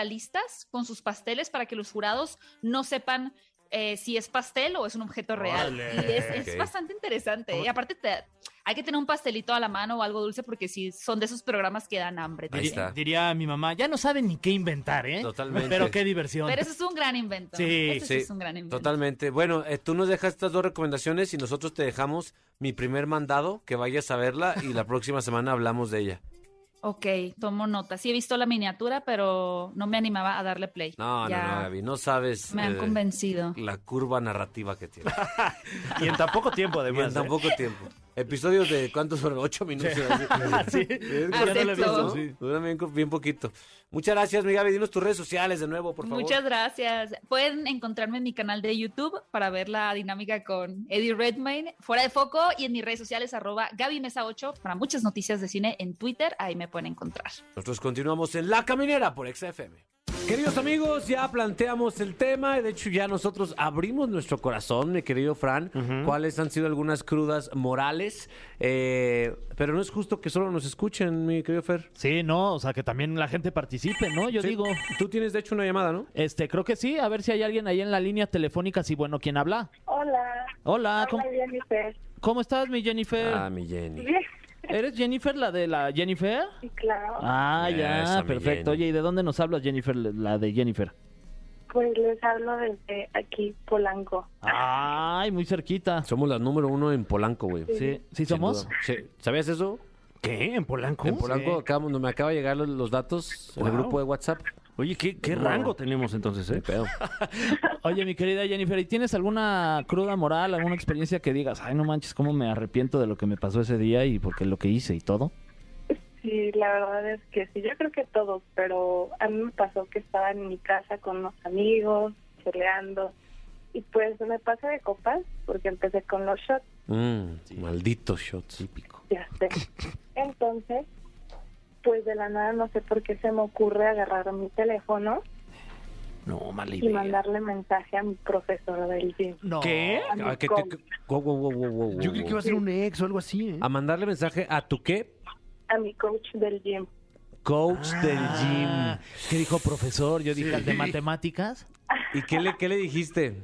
Speaker 6: hiperrealistas con sus pasteles para que los jurados no sepan eh, si es pastel o es un objeto real.
Speaker 3: Órale.
Speaker 6: Y es, es
Speaker 2: Ok.
Speaker 6: bastante interesante. Y aparte te- hay que tener un pastelito a la mano o algo dulce porque si son de esos programas que dan hambre.
Speaker 2: Ahí
Speaker 6: también.
Speaker 2: está.
Speaker 4: Diría mi mamá, ya no saben ni qué inventar, ¿eh?
Speaker 2: Totalmente.
Speaker 4: Pero qué diversión.
Speaker 6: Pero eso es un gran invento.
Speaker 4: Sí,
Speaker 6: Eso sí
Speaker 2: sí.
Speaker 6: es un gran invento.
Speaker 2: Totalmente. Bueno, eh, tú nos dejas estas dos recomendaciones y nosotros te dejamos mi primer mandado, que vayas a verla y la próxima semana hablamos de ella.
Speaker 6: Ok, tomo nota. Sí he visto la miniatura, pero no me animaba a darle play.
Speaker 2: No,
Speaker 6: Ya
Speaker 2: no, no, Gaby, no sabes
Speaker 6: Me han
Speaker 2: eh,
Speaker 6: convencido.
Speaker 2: la curva narrativa que tiene.
Speaker 3: Y en tan poco tiempo,
Speaker 2: Y en
Speaker 3: además.
Speaker 2: tan
Speaker 3: ¿eh?
Speaker 2: poco tiempo. Episodios de cuántos fueron, ocho minutos.
Speaker 4: Sí.
Speaker 2: Es
Speaker 6: Ah,
Speaker 2: que
Speaker 6: sí,
Speaker 2: le
Speaker 6: claro.
Speaker 2: aviso, Duran bien, co- bien poquito. Muchas gracias, mi Gaby. Dinos tus redes sociales de nuevo, por favor.
Speaker 6: Muchas gracias. Pueden encontrarme en mi canal de YouTube para ver la dinámica con Eddie Redmayne, fuera de foco, y en mis redes sociales, arroba Gaby Mesa 8, para muchas noticias de cine en Twitter, ahí me pueden encontrar.
Speaker 2: Nosotros continuamos en La Caminera por XFM. Queridos amigos, ya planteamos el tema. De hecho, ya nosotros abrimos nuestro corazón, mi querido Fran. ¿Cuáles han sido algunas crudas morales? Eh, pero no es justo que solo nos escuchen, mi querido Fer.
Speaker 4: Sí, no, o sea, que también la gente participe, ¿no? Yo
Speaker 2: Sí.
Speaker 4: digo,
Speaker 2: Tú tienes, de hecho, una llamada, ¿no?
Speaker 4: este, creo que sí, a ver si hay alguien ahí en la línea telefónica, si bueno, ¿quién habla?
Speaker 7: Hola.
Speaker 4: Hola,
Speaker 7: Hola,
Speaker 4: Ah, ¿cómo,
Speaker 7: Jennifer.
Speaker 4: cómo estás, mi Jennifer?
Speaker 2: Ah, mi Jenny.
Speaker 7: Bien,
Speaker 4: ¿Eres Jennifer, la de la Jennifer?
Speaker 7: sí, claro.
Speaker 4: Ah,
Speaker 2: Esa,
Speaker 4: ya,
Speaker 2: mi
Speaker 4: perfecto.
Speaker 2: Jenny.
Speaker 4: Oye, ¿y de dónde nos hablas, Jennifer, la de Jennifer?
Speaker 7: Pues les hablo desde aquí, Polanco.
Speaker 6: Ah.
Speaker 4: Ay, muy cerquita.
Speaker 2: Somos la número uno en Polanco, güey.
Speaker 4: Sí, sí
Speaker 2: Sin
Speaker 4: somos.
Speaker 2: duda. Sí. ¿Sabías eso?
Speaker 3: ¿Qué? ¿En Polanco?
Speaker 2: En Polanco acabamos- me acaba de llegar los, los datos en el
Speaker 3: Wow.
Speaker 2: grupo de WhatsApp.
Speaker 3: Oye, ¿qué, qué
Speaker 2: Wow.
Speaker 3: rango tenemos entonces, eh?
Speaker 2: Pedo.
Speaker 4: Oye, mi querida Jennifer, ¿y tienes alguna cruda moral, alguna experiencia que digas, ay, no manches, cómo me arrepiento de lo que me pasó ese día y porque lo que hice y todo?
Speaker 7: Sí, la verdad es que sí, yo creo que todos, pero a mí me pasó que estaba en mi casa con unos amigos, cheleando, y pues me pasé de copas porque empecé con los shots,
Speaker 2: Mm, Malditos shots. Típico.
Speaker 7: ya sé. Entonces, pues de la nada no sé por qué se me ocurre agarrar mi teléfono
Speaker 3: No, mala
Speaker 7: y
Speaker 3: idea.
Speaker 7: mandarle mensaje a mi profesor del gym.
Speaker 4: No.
Speaker 3: ¿Qué?
Speaker 7: A mi
Speaker 2: Ah,
Speaker 7: com,
Speaker 3: Yo creo que iba a ser un ex o algo así, ¿eh?
Speaker 2: A mandarle mensaje a tu qué?
Speaker 7: a mi coach del gym.
Speaker 2: Coach
Speaker 4: Ah, ¿Qué dijo profesor? Yo dije, ¿al de matemáticas?
Speaker 2: del gym. ¿Y qué le, qué le dijiste?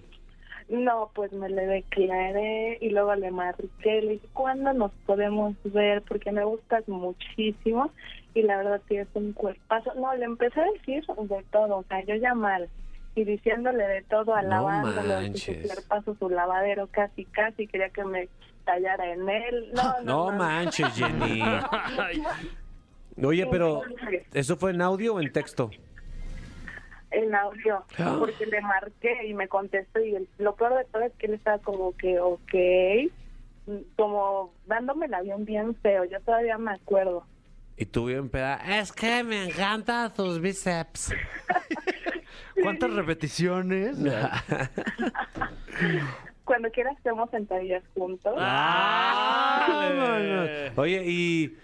Speaker 7: No, pues me le declaré y luego le marqué, le dije, ¿cuándo nos podemos ver? Porque me gustas muchísimo y la verdad tienes un cuerpazo. No, le empecé a decir de todo, o sea, yo ya mal y diciéndole de todo, alabándolo, de su
Speaker 2: manches.
Speaker 7: cuerpazo, su lavadero, casi, casi, quería que me tallara en él. No, no,
Speaker 2: No
Speaker 7: no,
Speaker 2: manches, Jenny. Oye, pero ¿eso fue en audio o en texto?
Speaker 7: en audio, porque le marqué y me contestó y el- lo peor de todo es que él estaba como que, ok,
Speaker 8: como dándome el avión bien feo, yo todavía me acuerdo.
Speaker 2: Y tú bien peda, es que me encantan tus bíceps.
Speaker 3: ¿Cuántas repeticiones?
Speaker 8: Cuando quieras hacemos sentadillas juntos.
Speaker 2: Vámonos. Oye, y,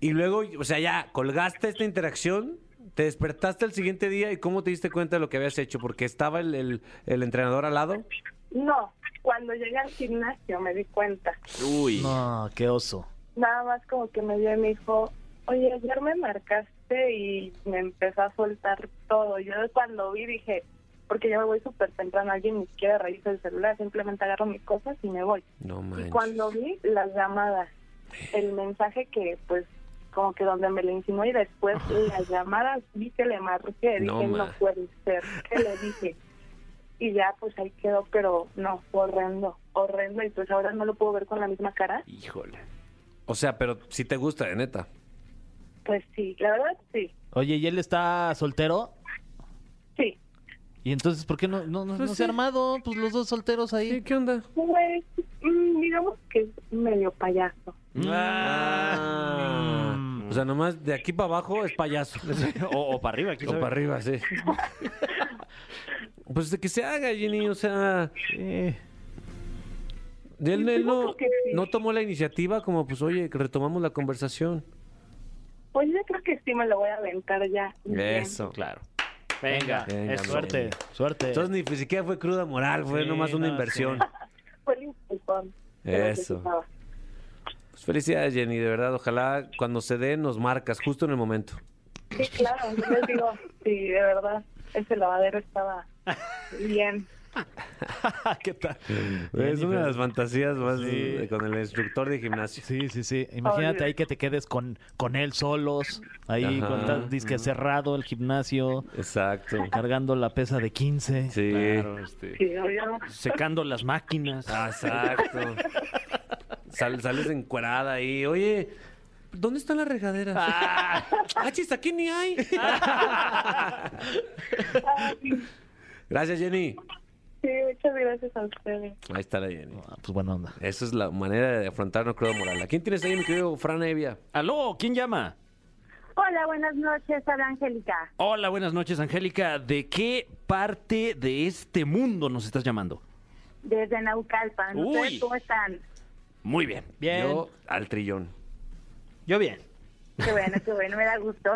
Speaker 2: y luego, o sea, ya colgaste esta interacción, te despertaste el siguiente día y ¿cómo te diste cuenta de lo que habías hecho? Porque estaba el, el- el entrenador al lado.
Speaker 8: No, cuando llegué al gimnasio me di cuenta.
Speaker 3: Uy.
Speaker 4: No, qué oso.
Speaker 8: Nada más como que me dio y me dijo, oye, ayer me marcaste y me empezó a soltar todo. Yo cuando vi dije, porque yo me voy súper temprano, alguien ni siquiera revisa el celular, simplemente agarro mis cosas y me voy.
Speaker 2: No
Speaker 8: Y
Speaker 2: manches.
Speaker 8: cuando vi las llamadas, el mensaje que pues como que donde me lo insinuó y después las llamadas, vi que le marqué, dije,
Speaker 2: No,
Speaker 8: no,
Speaker 2: ma.
Speaker 8: puede ser, que le dije. Y ya pues ahí quedó, pero no, fue horrendo, horrendo y pues ahora no lo puedo ver con la misma cara.
Speaker 3: Híjole.
Speaker 2: O sea, pero si te gusta, de neta.
Speaker 8: Pues sí, la verdad sí,
Speaker 4: Oye, ¿y él está soltero?
Speaker 8: sí.
Speaker 4: ¿Y entonces por qué no, no, no- no se ha armado? Pues los dos solteros ahí.
Speaker 2: ¿Qué onda?
Speaker 8: Pues mm, digamos que es medio payaso.
Speaker 2: Mm. O sea, nomás de aquí para abajo es payaso.
Speaker 3: O, o para arriba, aquí
Speaker 2: O para arriba, sí. Pues de que se haga, Jenny, o sea. Él, él no,
Speaker 8: supongo que sí.
Speaker 2: no tomó la iniciativa como, pues, oye, que retomamos la conversación.
Speaker 8: Pues yo creo que sí me lo voy a aventar ya. Bien.
Speaker 3: Claro. Venga,
Speaker 2: Venga,
Speaker 3: es
Speaker 2: mi
Speaker 3: suerte.
Speaker 4: Suerte, suerte.
Speaker 2: Entonces ni siquiera fue cruda moral, fue
Speaker 4: Sí,
Speaker 2: nomás una
Speaker 4: no,
Speaker 2: inversión.
Speaker 4: sí.
Speaker 8: Fue el impulsón. que
Speaker 2: Eso.
Speaker 8: necesitaba.
Speaker 2: Pues felicidades, Jenny, de verdad. Ojalá cuando se dé nos marcas, justo en el momento.
Speaker 8: Sí, claro, yo les digo, sí, de verdad, ese lavadero estaba bien.
Speaker 4: ¿Qué tal?
Speaker 2: es una de las fantasías más
Speaker 4: Sí.
Speaker 2: eh, con el instructor de gimnasio.
Speaker 4: Sí, sí, sí. Imagínate
Speaker 8: Oye.
Speaker 4: ahí que te quedes con, con él solos, ahí
Speaker 2: Ajá.
Speaker 4: con tal disque cerrado, el gimnasio,
Speaker 2: Exacto.
Speaker 4: cargando la pesa de 15.
Speaker 2: Sí.
Speaker 3: Claro, este,
Speaker 8: Sí, obvio.
Speaker 3: Secando las máquinas.
Speaker 2: Ah, Exacto. Sal- sales encuerada ahí. Oye, ¿dónde están las regaderas? Ah, chis, aquí ni hay. Gracias, Jenny.
Speaker 8: Sí, muchas gracias a ustedes.
Speaker 2: Ahí está la Jenny.
Speaker 4: Ah, pues buena onda.
Speaker 2: Esa es la manera de afrontar no creo moral. ¿A quién tienes ahí, mi querido Fran Evia?
Speaker 3: Aló, ¿quién llama?
Speaker 7: Hola, buenas noches, habla Angélica.
Speaker 3: Hola, buenas noches, Angélica. ¿De qué parte de este mundo nos estás llamando?
Speaker 7: Desde Naucalpan.
Speaker 3: Uy.
Speaker 7: ¿Ustedes cómo están?
Speaker 3: Muy bien.
Speaker 4: Bien.
Speaker 2: Yo al trillón.
Speaker 4: Yo bien.
Speaker 7: Qué bueno, qué bueno, me da gusto.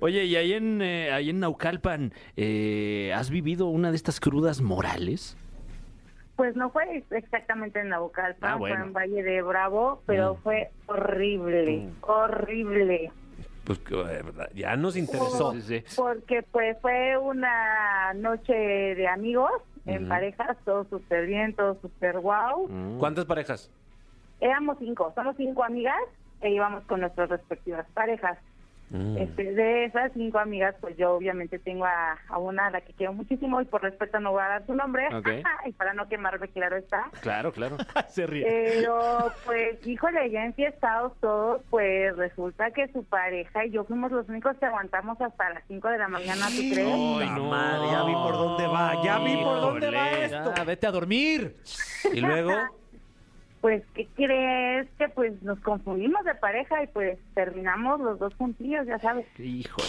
Speaker 3: Oye, ¿y ahí en, eh, ahí en Naucalpan eh, has vivido una de estas crudas morales?
Speaker 7: Pues no fue exactamente en Naucalpan,
Speaker 3: Ah, bueno. Mm.
Speaker 7: fue en Valle de Bravo, pero fue horrible, horrible.
Speaker 2: Pues que, eh, ya nos interesó.
Speaker 3: Sí, sí.
Speaker 7: Porque pues fue una noche de amigos, en parejas, todos súper bien, todos súper
Speaker 3: Mm.
Speaker 7: guau.
Speaker 2: ¿Cuántas parejas?
Speaker 7: Éramos cinco, somos cinco amigas e íbamos con nuestras respectivas parejas. Este, de esas cinco amigas, pues yo obviamente tengo a, a una a la que quiero muchísimo y por respeto no voy a dar su nombre,
Speaker 3: Ok.
Speaker 7: y para no quemarme, claro está.
Speaker 3: Claro, claro.
Speaker 4: Se ríe.
Speaker 7: Pero pues, híjole, ya enfiestados todos, pues resulta que su pareja y yo fuimos los únicos que aguantamos hasta las cinco de la mañana, ¿tú crees?
Speaker 3: Ay,
Speaker 2: La
Speaker 3: no.
Speaker 2: madre, ya vi por dónde va, ya vi por dónde va
Speaker 3: Híjole.
Speaker 2: esto.
Speaker 4: Ya, Ah, vete a dormir.
Speaker 2: Y luego,
Speaker 7: Pues, ¿qué crees? Que pues nos confundimos de pareja y pues terminamos los dos juntillos, ya sabes,
Speaker 3: Híjole.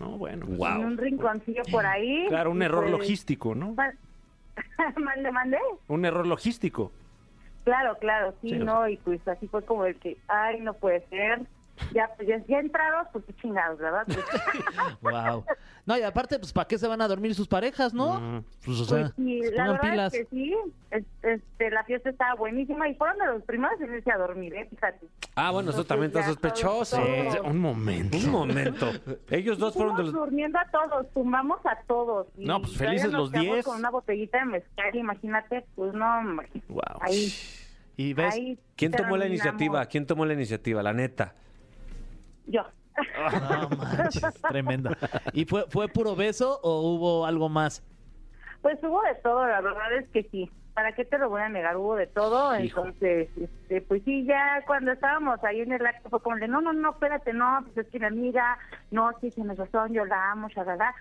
Speaker 3: No, bueno. pues,
Speaker 7: en un rinconcillo por ahí.
Speaker 3: Claro, un
Speaker 7: Y,
Speaker 3: error
Speaker 7: pues,
Speaker 3: logístico, ¿no?
Speaker 7: ma- Mande, mande.
Speaker 3: Un error logístico.
Speaker 7: Claro, claro, sí,
Speaker 3: Sí, o
Speaker 7: no, y pues así fue como el que, ay, no puede ser. Ya, pues ya, ya entrados, pues qué chingados, ¿verdad? Pues,
Speaker 4: Wow. No, y aparte, pues, ¿para qué se van a dormir sus parejas, no?
Speaker 3: Ujú.
Speaker 4: Pues, o sea,
Speaker 7: pues, sí,
Speaker 4: pues,
Speaker 7: la
Speaker 4: pongan
Speaker 7: verdad
Speaker 4: pilas.
Speaker 7: es que sí, es- este, la fiesta estaba buenísima y fueron de los primeros en irse a dormir, ¿eh? Fíjate.
Speaker 2: ah, bueno, eso también está
Speaker 7: Entonces, ya todos-
Speaker 2: sospechoso.
Speaker 7: todos-
Speaker 3: Eh, un momento.
Speaker 2: Un momento. Ellos dos fueron
Speaker 7: Fuimos
Speaker 2: de los.
Speaker 7: durmiendo a todos, tumbamos a todos. y
Speaker 3: No, pues,
Speaker 7: todavía
Speaker 3: felices
Speaker 7: nos
Speaker 3: los
Speaker 7: quedamos
Speaker 3: 10.
Speaker 7: Con una botellita de mezcal, imagínate, pues no, hombre.
Speaker 3: Wow.
Speaker 7: Ahí,
Speaker 4: Y ves,
Speaker 7: ahí
Speaker 2: ¿Quién tomó la
Speaker 7: terminamos.
Speaker 2: iniciativa? ¿Quién tomó la iniciativa? La neta.
Speaker 7: Yo.
Speaker 4: no manches, tremenda. ¿Y fue, fue puro beso o hubo algo más?
Speaker 7: Pues hubo de todo, la verdad es que sí. ¿Para qué te lo voy a negar? Hubo de todo.
Speaker 3: Hijo.
Speaker 7: Entonces, este, pues sí, ya cuando estábamos ahí en el acto fue como de, no, no, no, espérate, no, pues es que mi amiga, no, sí, tienes razón, yo la amo, shalala.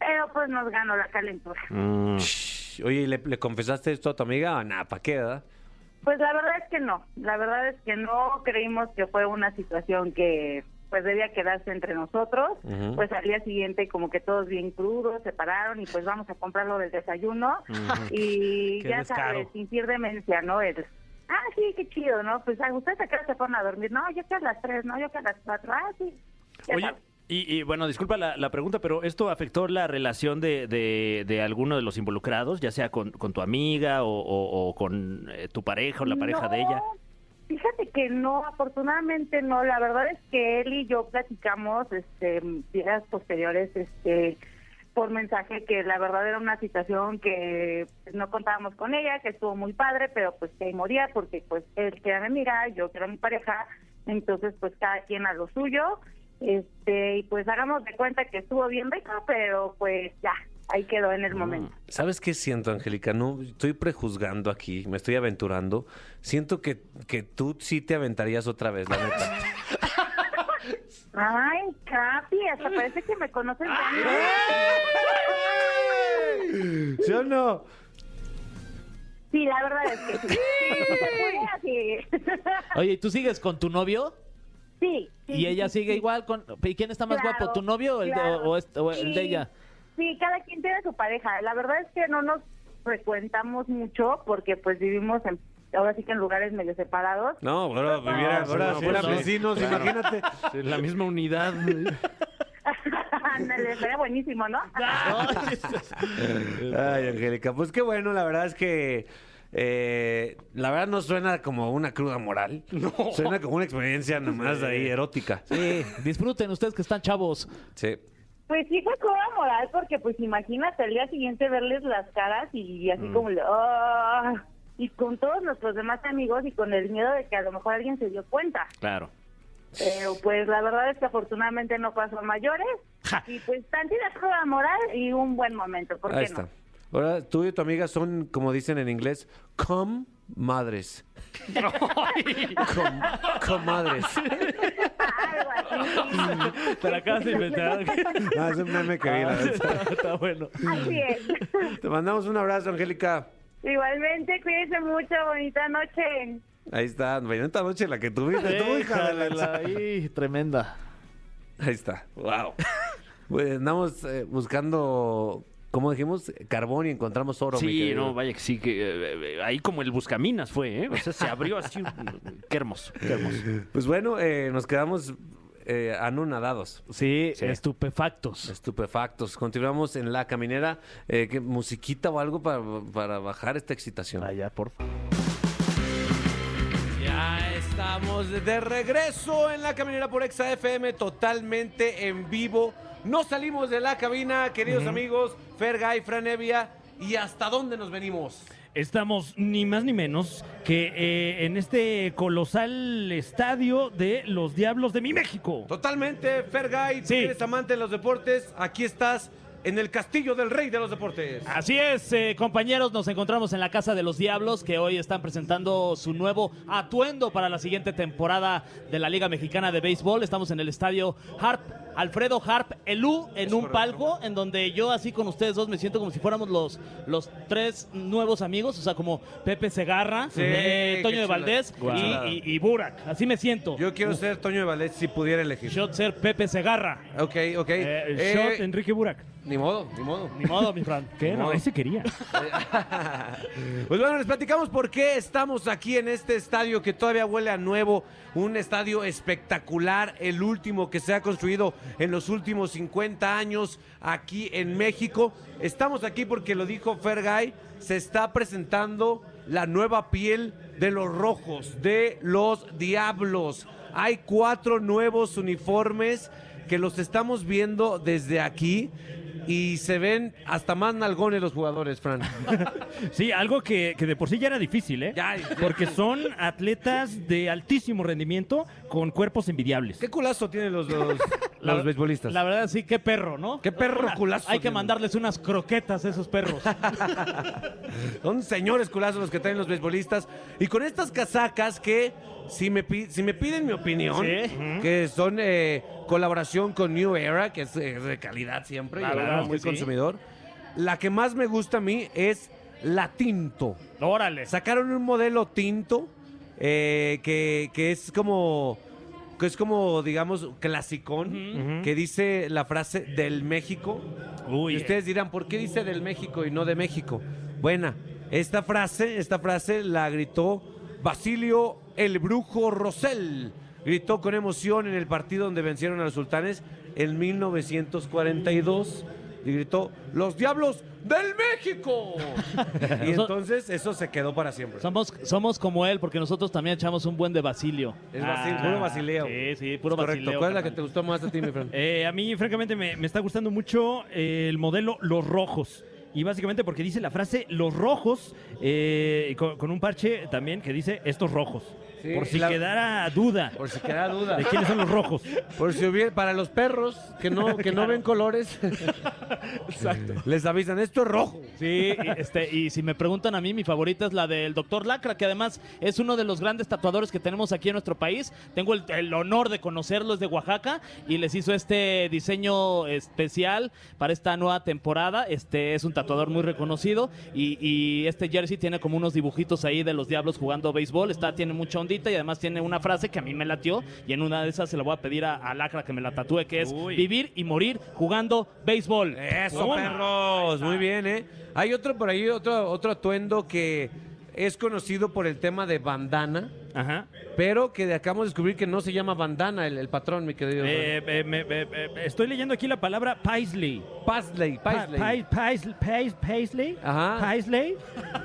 Speaker 7: Pero pues nos ganó la calentura.
Speaker 3: Mm.
Speaker 2: Shh. Oye, ¿y ¿le, le confesaste esto a tu amiga? Nada, ¿para Ah, qué, verdad?
Speaker 7: Pues la verdad es que no, la verdad es que no creímos que fue una situación que pues debía quedarse entre nosotros,
Speaker 2: Ujú.
Speaker 7: pues al día siguiente como que todos bien crudos se pararon y pues vamos a comprarlo del desayuno y
Speaker 3: Qué
Speaker 7: ya
Speaker 3: descaro.
Speaker 7: sabes, fingir demencia, ¿no? El, ah, sí, qué chido, ¿no? Pues a ustedes a qué hora se fueron a dormir, no, yo que a las tres, no, yo que a las cuatro, ah, sí. Ya
Speaker 3: Oye,
Speaker 7: sabes.
Speaker 3: y, y, bueno, disculpa la, la pregunta, pero ¿esto afectó la relación de, de, de alguno de los involucrados, ya sea con, con tu amiga o, o- o con eh, tu pareja o la pareja de ella?
Speaker 7: No, Fíjate que no, afortunadamente no. La verdad es que él y yo platicamos este, días posteriores este, por mensaje que la verdad era una situación que pues, no contábamos con ella, que estuvo muy padre, pero pues que ahí moría porque pues él que era mi amiga, yo que era mi pareja, entonces pues cada quien a lo suyo. Este, y pues hagamos de cuenta que estuvo bien rico, pero pues ya, ahí quedó en
Speaker 3: Mm.
Speaker 7: el momento.
Speaker 2: ¿Sabes qué siento, Angélica? No, estoy prejuzgando aquí, me estoy aventurando. Siento que, que tú sí te aventarías otra vez, la neta.
Speaker 7: Ay, Capi, hasta parece que me conocen. bien.
Speaker 2: ¿Sí o no?
Speaker 7: Sí, la verdad es que sí. Se puede así.
Speaker 9: Oye, ¿y tú sigues con tu novio?
Speaker 7: Sí. sí,
Speaker 9: y ella
Speaker 7: sí,
Speaker 9: sigue
Speaker 7: sí.
Speaker 9: igual con... ¿Y quién está más
Speaker 7: Claro,
Speaker 9: guapo, tu novio o el, de-
Speaker 7: claro.
Speaker 9: o este- o el
Speaker 7: Sí,
Speaker 9: de ella?
Speaker 7: Sí, cada quien tiene su pareja. La verdad es que no nos frecuentamos mucho porque pues vivimos en, ahora sí que en lugares medio separados.
Speaker 2: No, ahora viviera,
Speaker 3: sí,
Speaker 2: ahora
Speaker 3: no,
Speaker 2: fuera
Speaker 3: pues no.
Speaker 2: vecinos, imagínate.
Speaker 3: En la misma unidad.
Speaker 7: Ándale, Sería buenísimo, ¿no?
Speaker 2: Ay, Angélica, pues qué bueno, la verdad es que. eh, la verdad no suena como una cruda moral. Suena como una experiencia nomás ahí erótica.
Speaker 9: Sí, disfruten ustedes que están chavos.
Speaker 2: Sí.
Speaker 7: Pues sí fue cruda moral porque pues imagínate al día siguiente verles las caras y así como... le- ¡Ah! Y con todos nuestros demás amigos y con el miedo de que a lo mejor alguien se dio cuenta.
Speaker 3: Claro.
Speaker 7: Pero pues la verdad es que afortunadamente no pasó a mayores. Y pues tantita prueba moral y un buen momento, ¿por qué
Speaker 2: Ahí
Speaker 7: no?
Speaker 2: está. Ahora tú y tu amiga son, como dicen en inglés, com madres. com, comadres.
Speaker 7: Algo así.
Speaker 9: Te la acabas de inventar.
Speaker 2: Ah, es un meme que vi, la verdad.
Speaker 9: está bueno.
Speaker 7: así es.
Speaker 2: Te mandamos un abrazo, Angélica.
Speaker 7: Igualmente, cuídense mucho, bonita noche.
Speaker 2: Ahí está. Esta noche la que tuviste tú, hija de
Speaker 9: Déjala,
Speaker 2: la...
Speaker 9: ahí, tremenda.
Speaker 2: Ahí está. Wow. Pues andamos eh, buscando, como dijimos, carbón y encontramos oro. mi
Speaker 3: Sí,
Speaker 2: querido.
Speaker 3: no, vaya que sí, que eh, eh, ahí como el buscaminas fue, ¿eh? O sea, se abrió así. un- Qué hermoso, qué hermoso.
Speaker 2: Pues bueno, eh, nos quedamos eh, anonadados.
Speaker 9: Sí,
Speaker 3: Sí.
Speaker 9: estupefactos.
Speaker 2: Estupefactos. Continuamos en la caminera. Eh, ¿qué, ¿Musiquita o algo para, para bajar esta excitación?
Speaker 9: Allá, por favor.
Speaker 2: Ya estamos de regreso en la caminera por Exa FM, totalmente en vivo. No salimos de la cabina, queridos amigos, Fergay, Franevia. ¿Y hasta dónde nos venimos?
Speaker 10: Estamos ni más ni menos que eh, en este colosal estadio de los Diablos de mi México.
Speaker 2: Totalmente, Fergay, si
Speaker 10: Sí.
Speaker 2: eres amante de los deportes, aquí estás en el castillo del rey de los deportes.
Speaker 9: Así es, eh, compañeros, nos encontramos en la Casa de los Diablos, que hoy están presentando su nuevo atuendo para la siguiente temporada de la Liga Mexicana de Béisbol. Estamos en el estadio Harp, Alfredo Harp Elú, en un palco, en donde yo así con ustedes dos me siento como si fuéramos los, los tres nuevos amigos, o sea, como Pepe Segarra,
Speaker 2: Sí,
Speaker 9: eh,
Speaker 2: qué
Speaker 9: Toño de
Speaker 2: chulada.
Speaker 9: Valdés
Speaker 2: Guau.
Speaker 9: y, y- y Burak. Así me siento.
Speaker 2: Yo quiero ser Toño de Valdés si pudiera elegir.
Speaker 9: Yo ser Pepe Segarra.
Speaker 2: Ok, ok.
Speaker 10: Eh, el
Speaker 2: Eh,
Speaker 10: shot Enrique Burak.
Speaker 2: Ni modo, ni modo.
Speaker 9: Ni modo, mi Fran.
Speaker 10: ¿Qué?
Speaker 2: No.
Speaker 10: No, ese quería.
Speaker 2: Pues bueno, les platicamos por qué estamos aquí en este estadio que todavía huele a nuevo, un estadio espectacular, el último que se ha construido en los últimos 50 años aquí en México. Estamos aquí porque lo dijo Fergay, se está presentando la nueva piel de los rojos, de los diablos. Hay cuatro nuevos uniformes que los estamos viendo desde aquí y se ven hasta más nalgones los jugadores, Fran.
Speaker 10: Sí, algo que, que de por sí ya era difícil, ¿eh?
Speaker 2: Ya, ya.
Speaker 10: Porque son atletas de altísimo rendimiento con cuerpos envidiables.
Speaker 2: ¿Qué culazo tienen los, los,
Speaker 9: La-
Speaker 2: los beisbolistas?
Speaker 9: La verdad, sí, qué perro, ¿no?
Speaker 2: ¿Qué perro culazo?
Speaker 9: Hay que
Speaker 2: tienen?
Speaker 9: mandarles unas croquetas a esos perros.
Speaker 2: Son señores culazos los que traen los beisbolistas. Y con estas casacas que, si me, pi- si me piden mi opinión, que son eh, colaboración con New Era, que es, eh, de calidad siempre, y
Speaker 10: Claro,
Speaker 2: muy
Speaker 10: que sí.
Speaker 2: consumidor. La que más me gusta a mí es la tinto.
Speaker 3: Órale.
Speaker 2: Sacaron un modelo tinto eh, que, que es como que es como digamos clasicón
Speaker 3: Ujú.
Speaker 2: que dice la frase del México.
Speaker 3: Uy.
Speaker 2: Y ustedes dirán, ¿por qué dice del México y no de México? Buena, esta frase, esta frase la gritó Basilio el Brujo Rosell. Gritó con emoción en el partido donde vencieron a los sultanes en 1942. Y gritó, ¡Los diablos del México! y entonces eso se quedó para siempre.
Speaker 4: Somos, somos como él, porque nosotros también echamos un buen de Basilio.
Speaker 2: Es
Speaker 3: Ah,
Speaker 2: Basil- puro basileo.
Speaker 4: Sí, sí, puro
Speaker 2: Correcto.
Speaker 4: basileo.
Speaker 2: ¿Cuál es la que
Speaker 4: carnal.
Speaker 2: te gustó más a ti, mi friend?
Speaker 3: Eh, a mí, francamente, me, me está gustando mucho eh, el modelo Los Rojos. Y básicamente porque dice la frase Los Rojos, eh, con, con un parche también que dice Estos Rojos.
Speaker 2: Sí,
Speaker 3: por si
Speaker 2: la-
Speaker 3: quedara duda
Speaker 2: Por si queda duda.
Speaker 3: de quiénes son los rojos.
Speaker 2: Por si hubiera, para los perros que no, que no ven colores,
Speaker 3: Exacto.
Speaker 2: les avisan, esto es rojo.
Speaker 4: Sí, y, este, y si me preguntan a mí, mi favorita es la del doctor Lacra, que además es uno de los grandes tatuadores que tenemos aquí en nuestro país. Tengo el, el honor de conocerlo, es de Oaxaca, y les hizo este diseño especial para esta nueva temporada. Este es un tatuador muy reconocido y, y este jersey tiene como unos dibujitos ahí de los diablos jugando béisbol. Está, tiene mucha ondita y además tiene una frase que a mí me latió y en una de esas se la voy a pedir a, a Lacra que me la tatúe, que es
Speaker 3: Uy.
Speaker 4: vivir y morir jugando béisbol.
Speaker 10: Eh,
Speaker 2: Eso,
Speaker 4: Toma.
Speaker 2: perros. Muy bien, ¿eh? Hay otro por ahí, otro, otro atuendo que es conocido por el tema de bandana,
Speaker 3: Ajá.
Speaker 2: pero que de- acabamos de descubrir que no se llama bandana el, el patrón, mi querido.
Speaker 3: Eh, eh, me- me- me- estoy leyendo aquí la palabra Paisley.
Speaker 2: Paisley, Paisley.
Speaker 3: Pa- Pais- Pais- Paisley.
Speaker 2: Ajá.
Speaker 3: Paisley.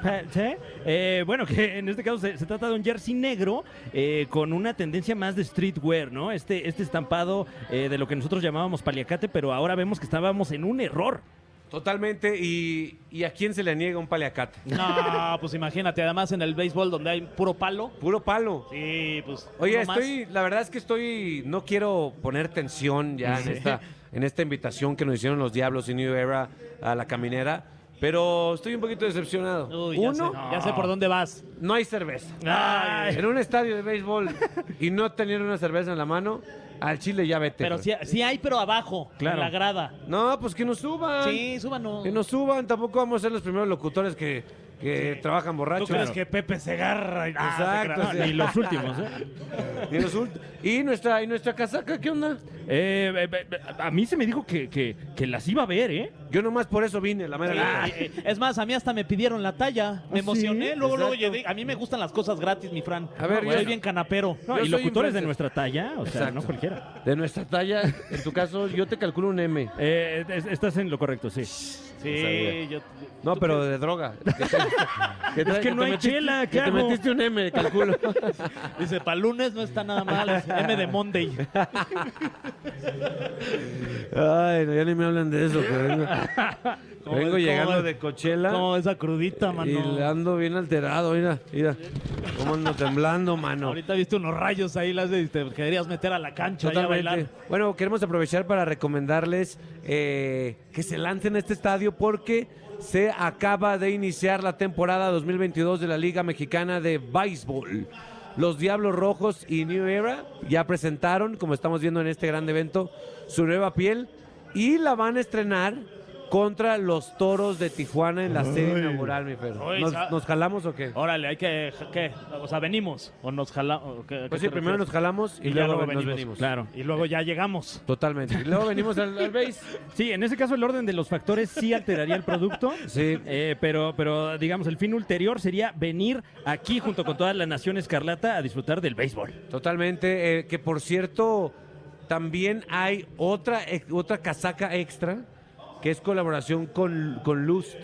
Speaker 3: Pa- ¿sí? Eh, bueno, que en este caso se, se trata de un jersey negro eh, con una tendencia más de streetwear, ¿no? Este, este estampado eh, de lo que nosotros llamábamos paliacate, pero ahora vemos que estábamos en un error.
Speaker 2: Totalmente. Y, ¿Y a quién se le niega un paliacate?
Speaker 4: No, pues imagínate, además en el béisbol donde hay puro palo.
Speaker 2: Puro palo.
Speaker 4: Sí, pues.
Speaker 2: Oye,
Speaker 4: uno más.
Speaker 2: estoy, la verdad es que estoy, no quiero poner tensión ya en esta, en esta invitación que nos hicieron los Diablos y New Era a la caminera, pero estoy un poquito decepcionado.
Speaker 4: Uy, ya,
Speaker 2: Uno,
Speaker 4: sé, ya sé por dónde vas.
Speaker 2: no hay cerveza.
Speaker 4: Ay,
Speaker 2: En un estadio de béisbol y no tener una cerveza en la mano, al Chile ya vete.
Speaker 4: pero
Speaker 2: güey.
Speaker 4: sí, sí hay, pero abajo,
Speaker 3: Claro.
Speaker 4: en la grada.
Speaker 2: No, pues que nos suban.
Speaker 4: Sí, súbanos.
Speaker 2: Que nos suban, tampoco vamos a ser los primeros locutores que, que trabajan borrachos.
Speaker 3: que Pepe se agarra?
Speaker 2: Exacto, sí.
Speaker 3: Y los últimos, ¿eh?
Speaker 2: Y, los ult- y nuestra, y nuestra casaca, ¿qué onda?
Speaker 3: Eh, eh, eh, a mí se me dijo que, que- que las iba a ver, ¿eh?
Speaker 2: Yo nomás por eso vine, la mera neta.
Speaker 4: Sí, eh, Es más, a mí hasta me pidieron la talla. Me
Speaker 3: ¿sí?
Speaker 4: emocioné. Luego, luego
Speaker 2: Ah, Exacto.
Speaker 4: llegué. A mí me gustan las cosas gratis, mi Fran.
Speaker 2: A ver,
Speaker 4: Soy
Speaker 2: bueno.
Speaker 4: bien canapero.
Speaker 3: No,
Speaker 2: Yo soy
Speaker 3: y locutores de
Speaker 2: influencer.
Speaker 3: nuestra talla, o sea, no
Speaker 2: Exacto.
Speaker 3: cualquiera.
Speaker 2: De nuestra talla, en tu caso, yo te calculo un M.
Speaker 3: Eh, es- estás en lo correcto, sí.
Speaker 4: Sí, yo.
Speaker 2: No, pero de droga.
Speaker 3: Es que no hay chela, ¿qué
Speaker 2: Te
Speaker 3: hago?
Speaker 2: metiste un M, calculo.
Speaker 4: Dice, para lunes no está nada mal. es M de Monday.
Speaker 2: Ay, no, ya ni me hablan de eso. que vengo
Speaker 4: ¿Cómo
Speaker 2: vengo
Speaker 4: ves?
Speaker 2: llegando
Speaker 4: ¿Cómo
Speaker 2: de
Speaker 4: ves?
Speaker 2: Cochela
Speaker 4: Como esa crudita, mano.
Speaker 2: y le ando bien alterado. Mira, mira. Cómo ando temblando, mano.
Speaker 4: Ahorita viste unos rayos ahí, las de, te querías meter a la cancha ahí a bailar.
Speaker 2: Totalmente. Bueno, queremos aprovechar para recomendarles eh, que se lancen a este estadio porque se acaba de iniciar la temporada 2022 de la Liga Mexicana de Béisbol. Los Diablos Rojos y New Era ya presentaron, como estamos viendo en este gran evento, su nueva piel y la van a estrenar contra los Toros de Tijuana en la serie inaugural, mi Fer.
Speaker 4: Ay,
Speaker 2: ¿Nos,
Speaker 4: sa- Oh,
Speaker 2: nos jalamos o qué?
Speaker 4: Órale, hay que, ¿qué? O sea, venimos o nos jalamos.
Speaker 2: Pues sí, primero nos jalamos y,
Speaker 4: Y ya
Speaker 2: luego,
Speaker 4: luego
Speaker 2: nos
Speaker 4: venimos,
Speaker 2: venimos.
Speaker 3: Claro.
Speaker 4: Y luego ya llegamos.
Speaker 2: Totalmente. Y luego venimos al, al base.
Speaker 3: Sí, en ese caso el orden de los factores Pues sí alteraría el producto.
Speaker 2: Sí.
Speaker 3: Eh, pero, pero digamos, el fin ulterior sería venir aquí junto con toda la nación escarlata a disfrutar del béisbol.
Speaker 2: Totalmente, eh, que por cierto, también hay otra, ex- otra casaca extra que es colaboración con, con Lust,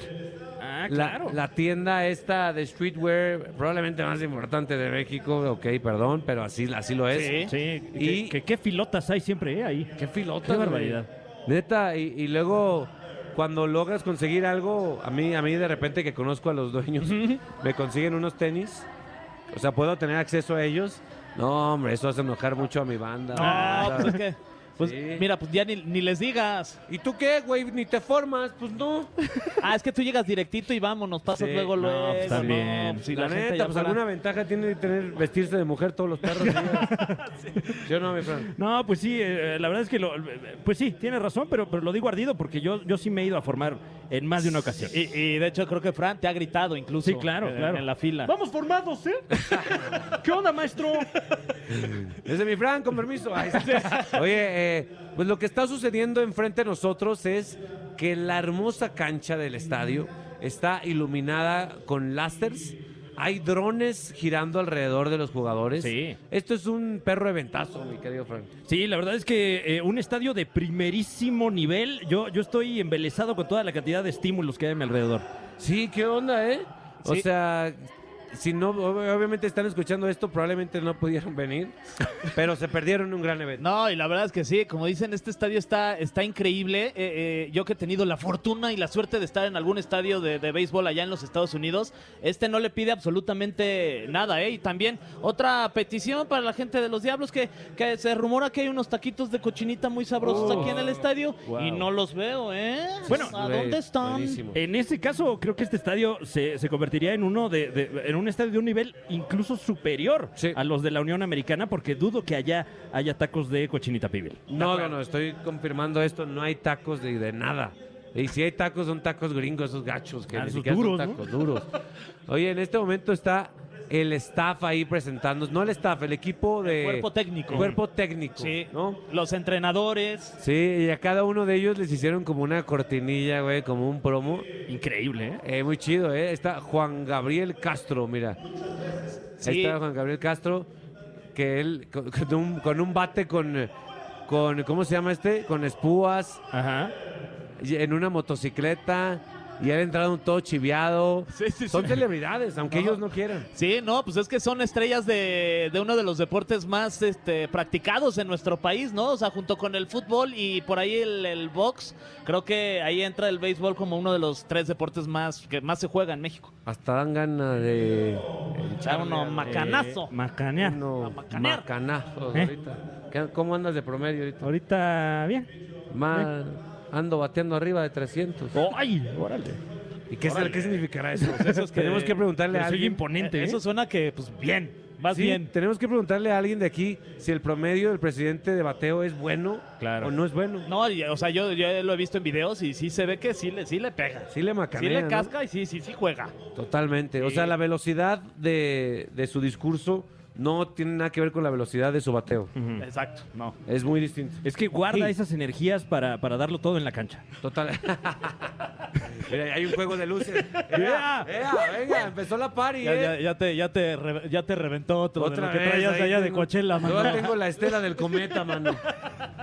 Speaker 3: Ah,
Speaker 2: la, la tienda esta de streetwear, probablemente más importante de México, ok, perdón, pero así, así lo es.
Speaker 4: Sí.
Speaker 3: Sí,
Speaker 2: Y-
Speaker 3: que, que qué filotas hay siempre, ¿eh? Ahí.
Speaker 2: Qué filota.
Speaker 3: Qué
Speaker 2: güey.
Speaker 3: barbaridad.
Speaker 2: Neta, y, y luego cuando logras conseguir algo, a mí, a mí de repente que conozco a los dueños, me consiguen unos tenis, o sea, puedo tener acceso a ellos. No, hombre, eso hace enojar mucho a mi banda.
Speaker 4: No,
Speaker 2: ¿sabes?
Speaker 4: pues es que. Pues
Speaker 2: Ah, Sí.
Speaker 4: mira, pues ya ni, ni les digas.
Speaker 2: ¿Y tú qué, güey? Ni te formas, pues no.
Speaker 4: Ah, es que tú llegas directito y vámonos, pasas
Speaker 2: Sí,
Speaker 4: luego,
Speaker 2: no,
Speaker 4: luego.
Speaker 3: pues está bien.
Speaker 4: pues, si
Speaker 2: la,
Speaker 4: gente
Speaker 2: neta,
Speaker 4: ya
Speaker 2: pues
Speaker 4: fuera-
Speaker 2: alguna ventaja tiene de tener vestirse de mujer todos los perros. sí. Yo no, mi Fran.
Speaker 3: No, pues sí, eh, la verdad es que lo, pues sí, tiene razón, pero, pero lo digo ardido porque yo, yo sí me he ido a formar en más de una ocasión.
Speaker 4: Y, y de hecho creo que Fran te ha gritado incluso.
Speaker 3: Sí, claro,
Speaker 4: en,
Speaker 3: claro.
Speaker 4: En la fila.
Speaker 3: Vamos formados, ¿eh? ¿Qué onda, maestro?
Speaker 2: Desde mi Fran, con permiso. Ay, sí. Oye, eh, pues lo que está sucediendo enfrente de nosotros es que la hermosa cancha del estadio está iluminada con lásters. Hay drones girando alrededor de los jugadores.
Speaker 3: Sí.
Speaker 2: Esto es un perro de ventazo, mi querido Fran.
Speaker 3: Sí, la verdad es que eh, un estadio de primerísimo nivel. Yo, yo estoy embelesado con toda la cantidad de estímulos que hay a mi alrededor.
Speaker 2: Sí, qué onda, ¿eh? O
Speaker 3: Sí.
Speaker 2: sea, si no, ob- obviamente están escuchando esto, probablemente no pudieron venir, pero se perdieron un gran evento.
Speaker 4: No, y la verdad es que sí, como dicen, este estadio está, está increíble. Eh, eh, yo que he tenido la fortuna y la suerte de estar en algún estadio de, de béisbol allá en los Estados Unidos, este no le pide absolutamente nada, ¿eh? Y también otra petición para la gente de los Diablos, que, que se rumora que hay unos taquitos de cochinita muy sabrosos aquí en el estadio y no los veo, ¿eh?
Speaker 3: Bueno,
Speaker 4: ¿a dónde están?
Speaker 2: Buenísimo.
Speaker 3: En este caso, creo que este estadio se, se convertiría en uno de, de- en un estadio de un nivel incluso superior
Speaker 2: Sí.
Speaker 3: a los de la Unión Americana, porque dudo que allá haya tacos de cochinita pibil.
Speaker 2: No, no, no, estoy confirmando esto, no hay tacos de, de nada. Y si hay tacos, son tacos gringos, esos gachos que
Speaker 3: Ah,
Speaker 2: ni
Speaker 3: esos
Speaker 2: siquiera son
Speaker 3: duros, ¿no?
Speaker 2: tacos duros. Oye, en este momento está el staff ahí presentándonos, no el staff, el equipo de...
Speaker 4: Cuerpo técnico.
Speaker 2: Cuerpo técnico,
Speaker 4: Sí.
Speaker 2: ¿no?
Speaker 4: Los entrenadores.
Speaker 2: Sí, y a cada uno de ellos les hicieron como una cortinilla, güey, como un promo.
Speaker 3: Increíble, ¿eh?
Speaker 2: Eh, muy chido, ¿eh? Está Juan Gabriel Castro, mira. Ahí
Speaker 4: Sí.
Speaker 2: está Juan Gabriel Castro, que él con, con un, con un bate con, con, ¿cómo se llama este? Con espúas,
Speaker 3: Ajá.
Speaker 2: y en una motocicleta, y él entrado todo chiviado.
Speaker 4: Sí, sí,
Speaker 2: Son celebridades, aunque ellos no quieran.
Speaker 4: Sí, no, pues es que son estrellas de, de uno de los deportes más este, practicados en nuestro país, ¿no? O sea, junto con el fútbol y por ahí el, el box, creo que ahí entra el béisbol como uno de los tres deportes más que más se juega en México.
Speaker 2: Hasta dan ganas de...
Speaker 4: Está uno macanazo.
Speaker 3: Eh, macanear.
Speaker 2: uno
Speaker 4: A macanear.
Speaker 2: macanazos
Speaker 3: ¿Eh?
Speaker 2: ahorita. ¿Qué- ¿Cómo andas de promedio ahorita?
Speaker 3: Ahorita, bien.
Speaker 2: Ma- ando bateando arriba de 300.
Speaker 3: ¡Ay! Órale.
Speaker 2: Oh, ¿Y qué,
Speaker 3: Órale.
Speaker 2: ¿qué significará eso?
Speaker 4: Eso es que-
Speaker 2: Tenemos que preguntarle a
Speaker 3: Pero soy
Speaker 2: alguien.
Speaker 3: imponente,
Speaker 4: Eh,
Speaker 3: ¿eh?
Speaker 4: Eso suena que, pues, bien, vas
Speaker 2: Sí,
Speaker 4: bien.
Speaker 2: Tenemos que preguntarle a alguien de aquí si el promedio del presidente de bateo es bueno
Speaker 3: Claro.
Speaker 2: o no es bueno.
Speaker 4: No, y, o sea, yo, yo lo he visto en videos y sí se ve que sí le, sí le pega.
Speaker 2: Sí le
Speaker 4: Sí
Speaker 2: macanea,
Speaker 4: le
Speaker 2: ¿no?
Speaker 4: casca y sí, sí, sí juega.
Speaker 2: Totalmente. O sea, la velocidad de, de su discurso no tiene nada que ver con la velocidad de su bateo.
Speaker 4: Exacto, Mm. no.
Speaker 2: Es muy distinto.
Speaker 3: Es que guarda
Speaker 2: Sí.
Speaker 3: esas energías para, para darlo todo en la cancha.
Speaker 2: Total. Mira, hay un juego de luces. Ea,
Speaker 3: Ya.
Speaker 2: ea, venga, empezó la party,
Speaker 4: Ya,
Speaker 2: ¿eh?
Speaker 4: ya- ya te, ya, te re- ya te reventó otro de
Speaker 2: Otra
Speaker 4: lo que
Speaker 2: vez,
Speaker 4: traías
Speaker 2: ahí
Speaker 4: de allá de
Speaker 2: tengo-
Speaker 4: Coachella, mano.
Speaker 2: Yo tengo la estela del cometa, mano.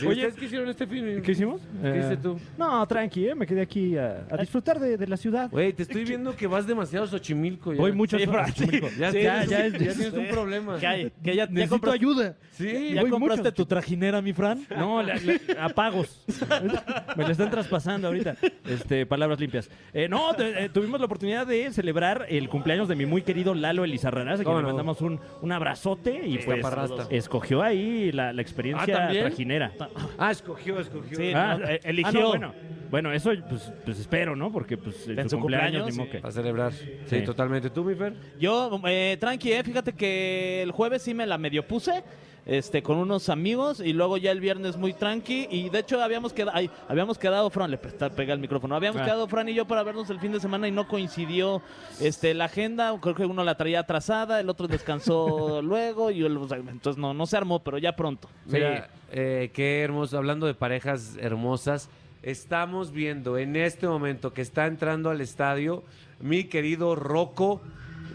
Speaker 2: Sí,
Speaker 3: Oye,
Speaker 2: ¿ustedes qué hicieron este fin?
Speaker 3: ¿Qué hicimos?
Speaker 2: ¿Qué hiciste tú?
Speaker 3: No, tranqui, ¿eh? me quedé aquí a, a disfrutar de, de la ciudad.
Speaker 2: Güey, te estoy viendo que vas demasiado a Xochimilco. ya.
Speaker 3: Voy mucho
Speaker 4: Sí,
Speaker 3: a Xochimilco.
Speaker 2: Ya,
Speaker 4: Sí,
Speaker 2: ya,
Speaker 4: sí,
Speaker 2: ya,
Speaker 4: sí,
Speaker 2: es-
Speaker 4: sí,
Speaker 2: ya tienes
Speaker 4: sí.
Speaker 2: un problema.
Speaker 4: Que hay- que ya, ya,
Speaker 3: Necesito
Speaker 4: compras-
Speaker 3: ayuda.
Speaker 2: Sí,
Speaker 4: ya
Speaker 3: Voy
Speaker 4: compraste
Speaker 3: mucho.
Speaker 4: tu trajinera, mi Fran.
Speaker 3: No, la- la- apagos. Me la están traspasando ahorita. Este, palabras limpias. Eh, no, te- eh, tuvimos la oportunidad de celebrar el cumpleaños de mi muy querido Lalo Elizarrarás, a quien
Speaker 2: ¿Cómo
Speaker 3: le
Speaker 2: no?
Speaker 3: mandamos un, un abrazote y pues
Speaker 2: Iztaparrasta.
Speaker 3: escogió ahí la, la experiencia
Speaker 2: Ah, ¿también?
Speaker 3: trajinera.
Speaker 2: Ah, escogió, escogió.
Speaker 4: Sí,
Speaker 3: Ah,
Speaker 4: no,
Speaker 3: ah,
Speaker 4: eh, eligió.
Speaker 3: no, bueno, bueno, eso pues, pues espero, ¿no? Porque pues en
Speaker 4: su cumpleaños,
Speaker 3: ni modo
Speaker 4: sí.
Speaker 3: que-
Speaker 2: A celebrar. Sí,
Speaker 3: Sí.
Speaker 2: totalmente. ¿Tú, mi Fer?
Speaker 4: Yo, eh, tranqui, eh, fíjate que el jueves sí me la medio puse. Este, con unos amigos y luego ya el viernes muy tranqui y de hecho habíamos quedado, ay, habíamos quedado Fran, le pesta- pega el micrófono, habíamos
Speaker 3: Ah.
Speaker 4: quedado Fran y yo para vernos el fin de semana y no coincidió este, la agenda, creo que uno la traía atrasada, el otro descansó luego y el- o sea, entonces no, no se armó, pero ya pronto.
Speaker 2: Mira, eh, qué hermoso. Hablando de parejas hermosas, estamos viendo en este momento que está entrando al estadio mi querido Rocco,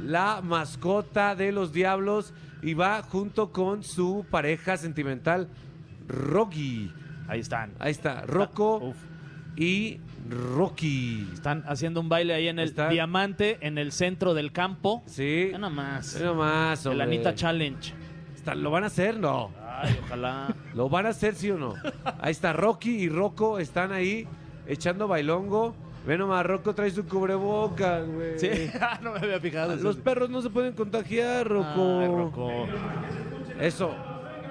Speaker 2: la mascota de los Diablos, y va junto con su pareja sentimental, Rocky.
Speaker 4: Ahí están.
Speaker 2: Ahí está, Rocco
Speaker 4: Ah, Uf.
Speaker 2: y Rocky.
Speaker 4: Están haciendo un baile ahí en el
Speaker 2: Está-
Speaker 4: diamante, en el centro del campo.
Speaker 2: Sí.
Speaker 4: Ya Nada más.
Speaker 2: Mira más,
Speaker 4: El
Speaker 2: hombre.
Speaker 4: Anita Challenge.
Speaker 2: Está- ¿Lo van a hacer? No.
Speaker 4: Ay, ojalá.
Speaker 2: ¿Lo van a hacer, sí o no? Ahí está Rocky y Rocco están ahí echando bailongo. Ve nomás, Rocco trae su cubrebocas, güey.
Speaker 4: sí, Ah, no me había fijado.
Speaker 2: Ah,
Speaker 4: Ah,
Speaker 2: Los perros no se pueden contagiar, Rocco.
Speaker 4: Ay, Rocco.
Speaker 2: Eso.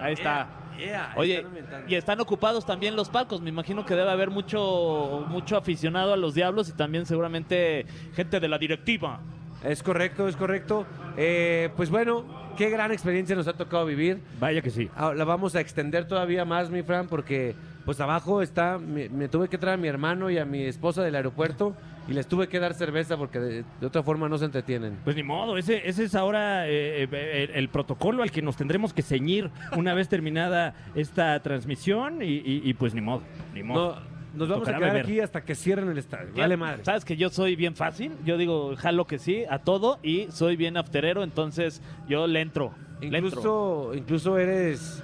Speaker 4: Ahí está.
Speaker 2: Yeah,
Speaker 4: Oye,
Speaker 2: están aumentando.
Speaker 4: y están ocupados también los palcos. Me imagino que debe haber mucho, mucho aficionado a los diablos y también seguramente gente de la directiva.
Speaker 2: Es correcto, es correcto. Eh, pues bueno, qué gran experiencia nos ha tocado vivir.
Speaker 3: Vaya que sí.
Speaker 2: Ah, La vamos a extender todavía más, mi Fran, porque pues abajo está, me, me tuve que traer a mi hermano y a mi esposa del aeropuerto y les tuve que dar cerveza porque de, de otra forma no se entretienen.
Speaker 10: Pues ni modo, ese, ese es ahora eh, eh, el, el protocolo al que nos tendremos que ceñir una vez terminada esta transmisión y, y- y pues ni modo, ni modo.
Speaker 2: No, nos vamos
Speaker 10: Tocará
Speaker 2: a quedar
Speaker 10: beber.
Speaker 2: aquí hasta que cierren el estadio. Vale madre.
Speaker 4: Sabes que yo soy bien fácil, yo digo jalo que sí a todo y soy bien afterero, entonces yo le entro. le entro.
Speaker 2: Incluso, incluso eres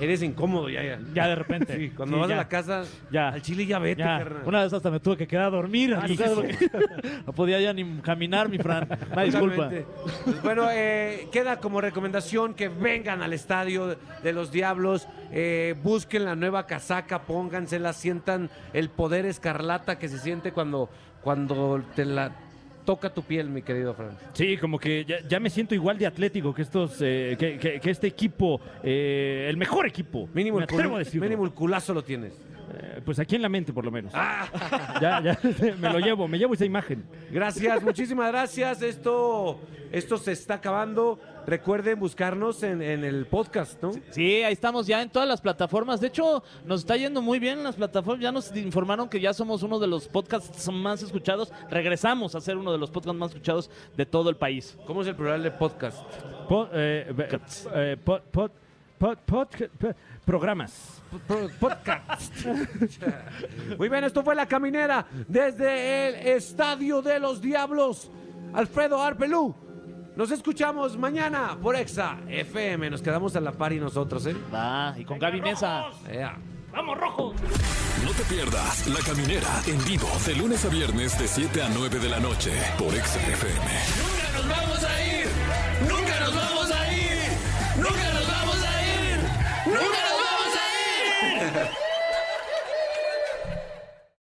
Speaker 2: eres incómodo ya, ya.
Speaker 4: Ya de repente.
Speaker 2: Sí, cuando
Speaker 4: Sí,
Speaker 2: vas
Speaker 4: ya.
Speaker 2: a la casa,
Speaker 4: Ya.
Speaker 2: al chile ya vete,
Speaker 4: Ya,
Speaker 2: carnal.
Speaker 4: una vez hasta me tuve que quedar a
Speaker 2: Ah,
Speaker 4: dormir. aquí, ¿sabes lo que- no podía ya ni caminar, mi Fran. Una disculpa.
Speaker 2: Totalmente. Pues bueno, eh, queda como recomendación que vengan al estadio de los Diablos, eh, busquen la nueva casaca, póngansela, sientan el poder escarlata que se siente cuando, cuando te la toca tu piel, mi querido Fran.
Speaker 10: Sí, como que ya, ya me siento igual de atlético que estos, eh, que, que- que este equipo, eh, el mejor equipo.
Speaker 2: Mínimo el,
Speaker 10: me atrevo
Speaker 2: culu-
Speaker 10: a decirlo.
Speaker 2: mínimo Ah. el culazo lo tienes.
Speaker 10: Eh, pues aquí en la mente por lo menos. Ya, ya, me lo llevo, me llevo esa imagen.
Speaker 2: Gracias, muchísimas gracias. Esto, esto se está acabando. Recuerden buscarnos en, en el podcast, ¿no?
Speaker 4: Sí, ahí estamos ya en todas las plataformas. De hecho, nos está yendo muy bien en las plataformas. Ya nos informaron que ya somos uno de los podcasts más escuchados. Regresamos a ser uno de los podcasts más escuchados de todo el país.
Speaker 2: ¿Cómo es el plural de podcast?
Speaker 10: Po- eh, be- eh, pod- pod- pod- pod- pod- programas.
Speaker 2: Pro- Podcast. Muy bien, esto fue La Caminera desde el Estadio de los Diablos. Alfredo Arpelú. Nos escuchamos mañana por Exa FM. Nos quedamos a la par y nosotros, ¿eh?
Speaker 11: Va,
Speaker 4: Y con Gaby Mesa.
Speaker 2: Ea.
Speaker 1: No te pierdas La Caminera en vivo de lunes a viernes de 7 a 9 de la noche por Exa FM.
Speaker 2: ¡Nos vamos a ir!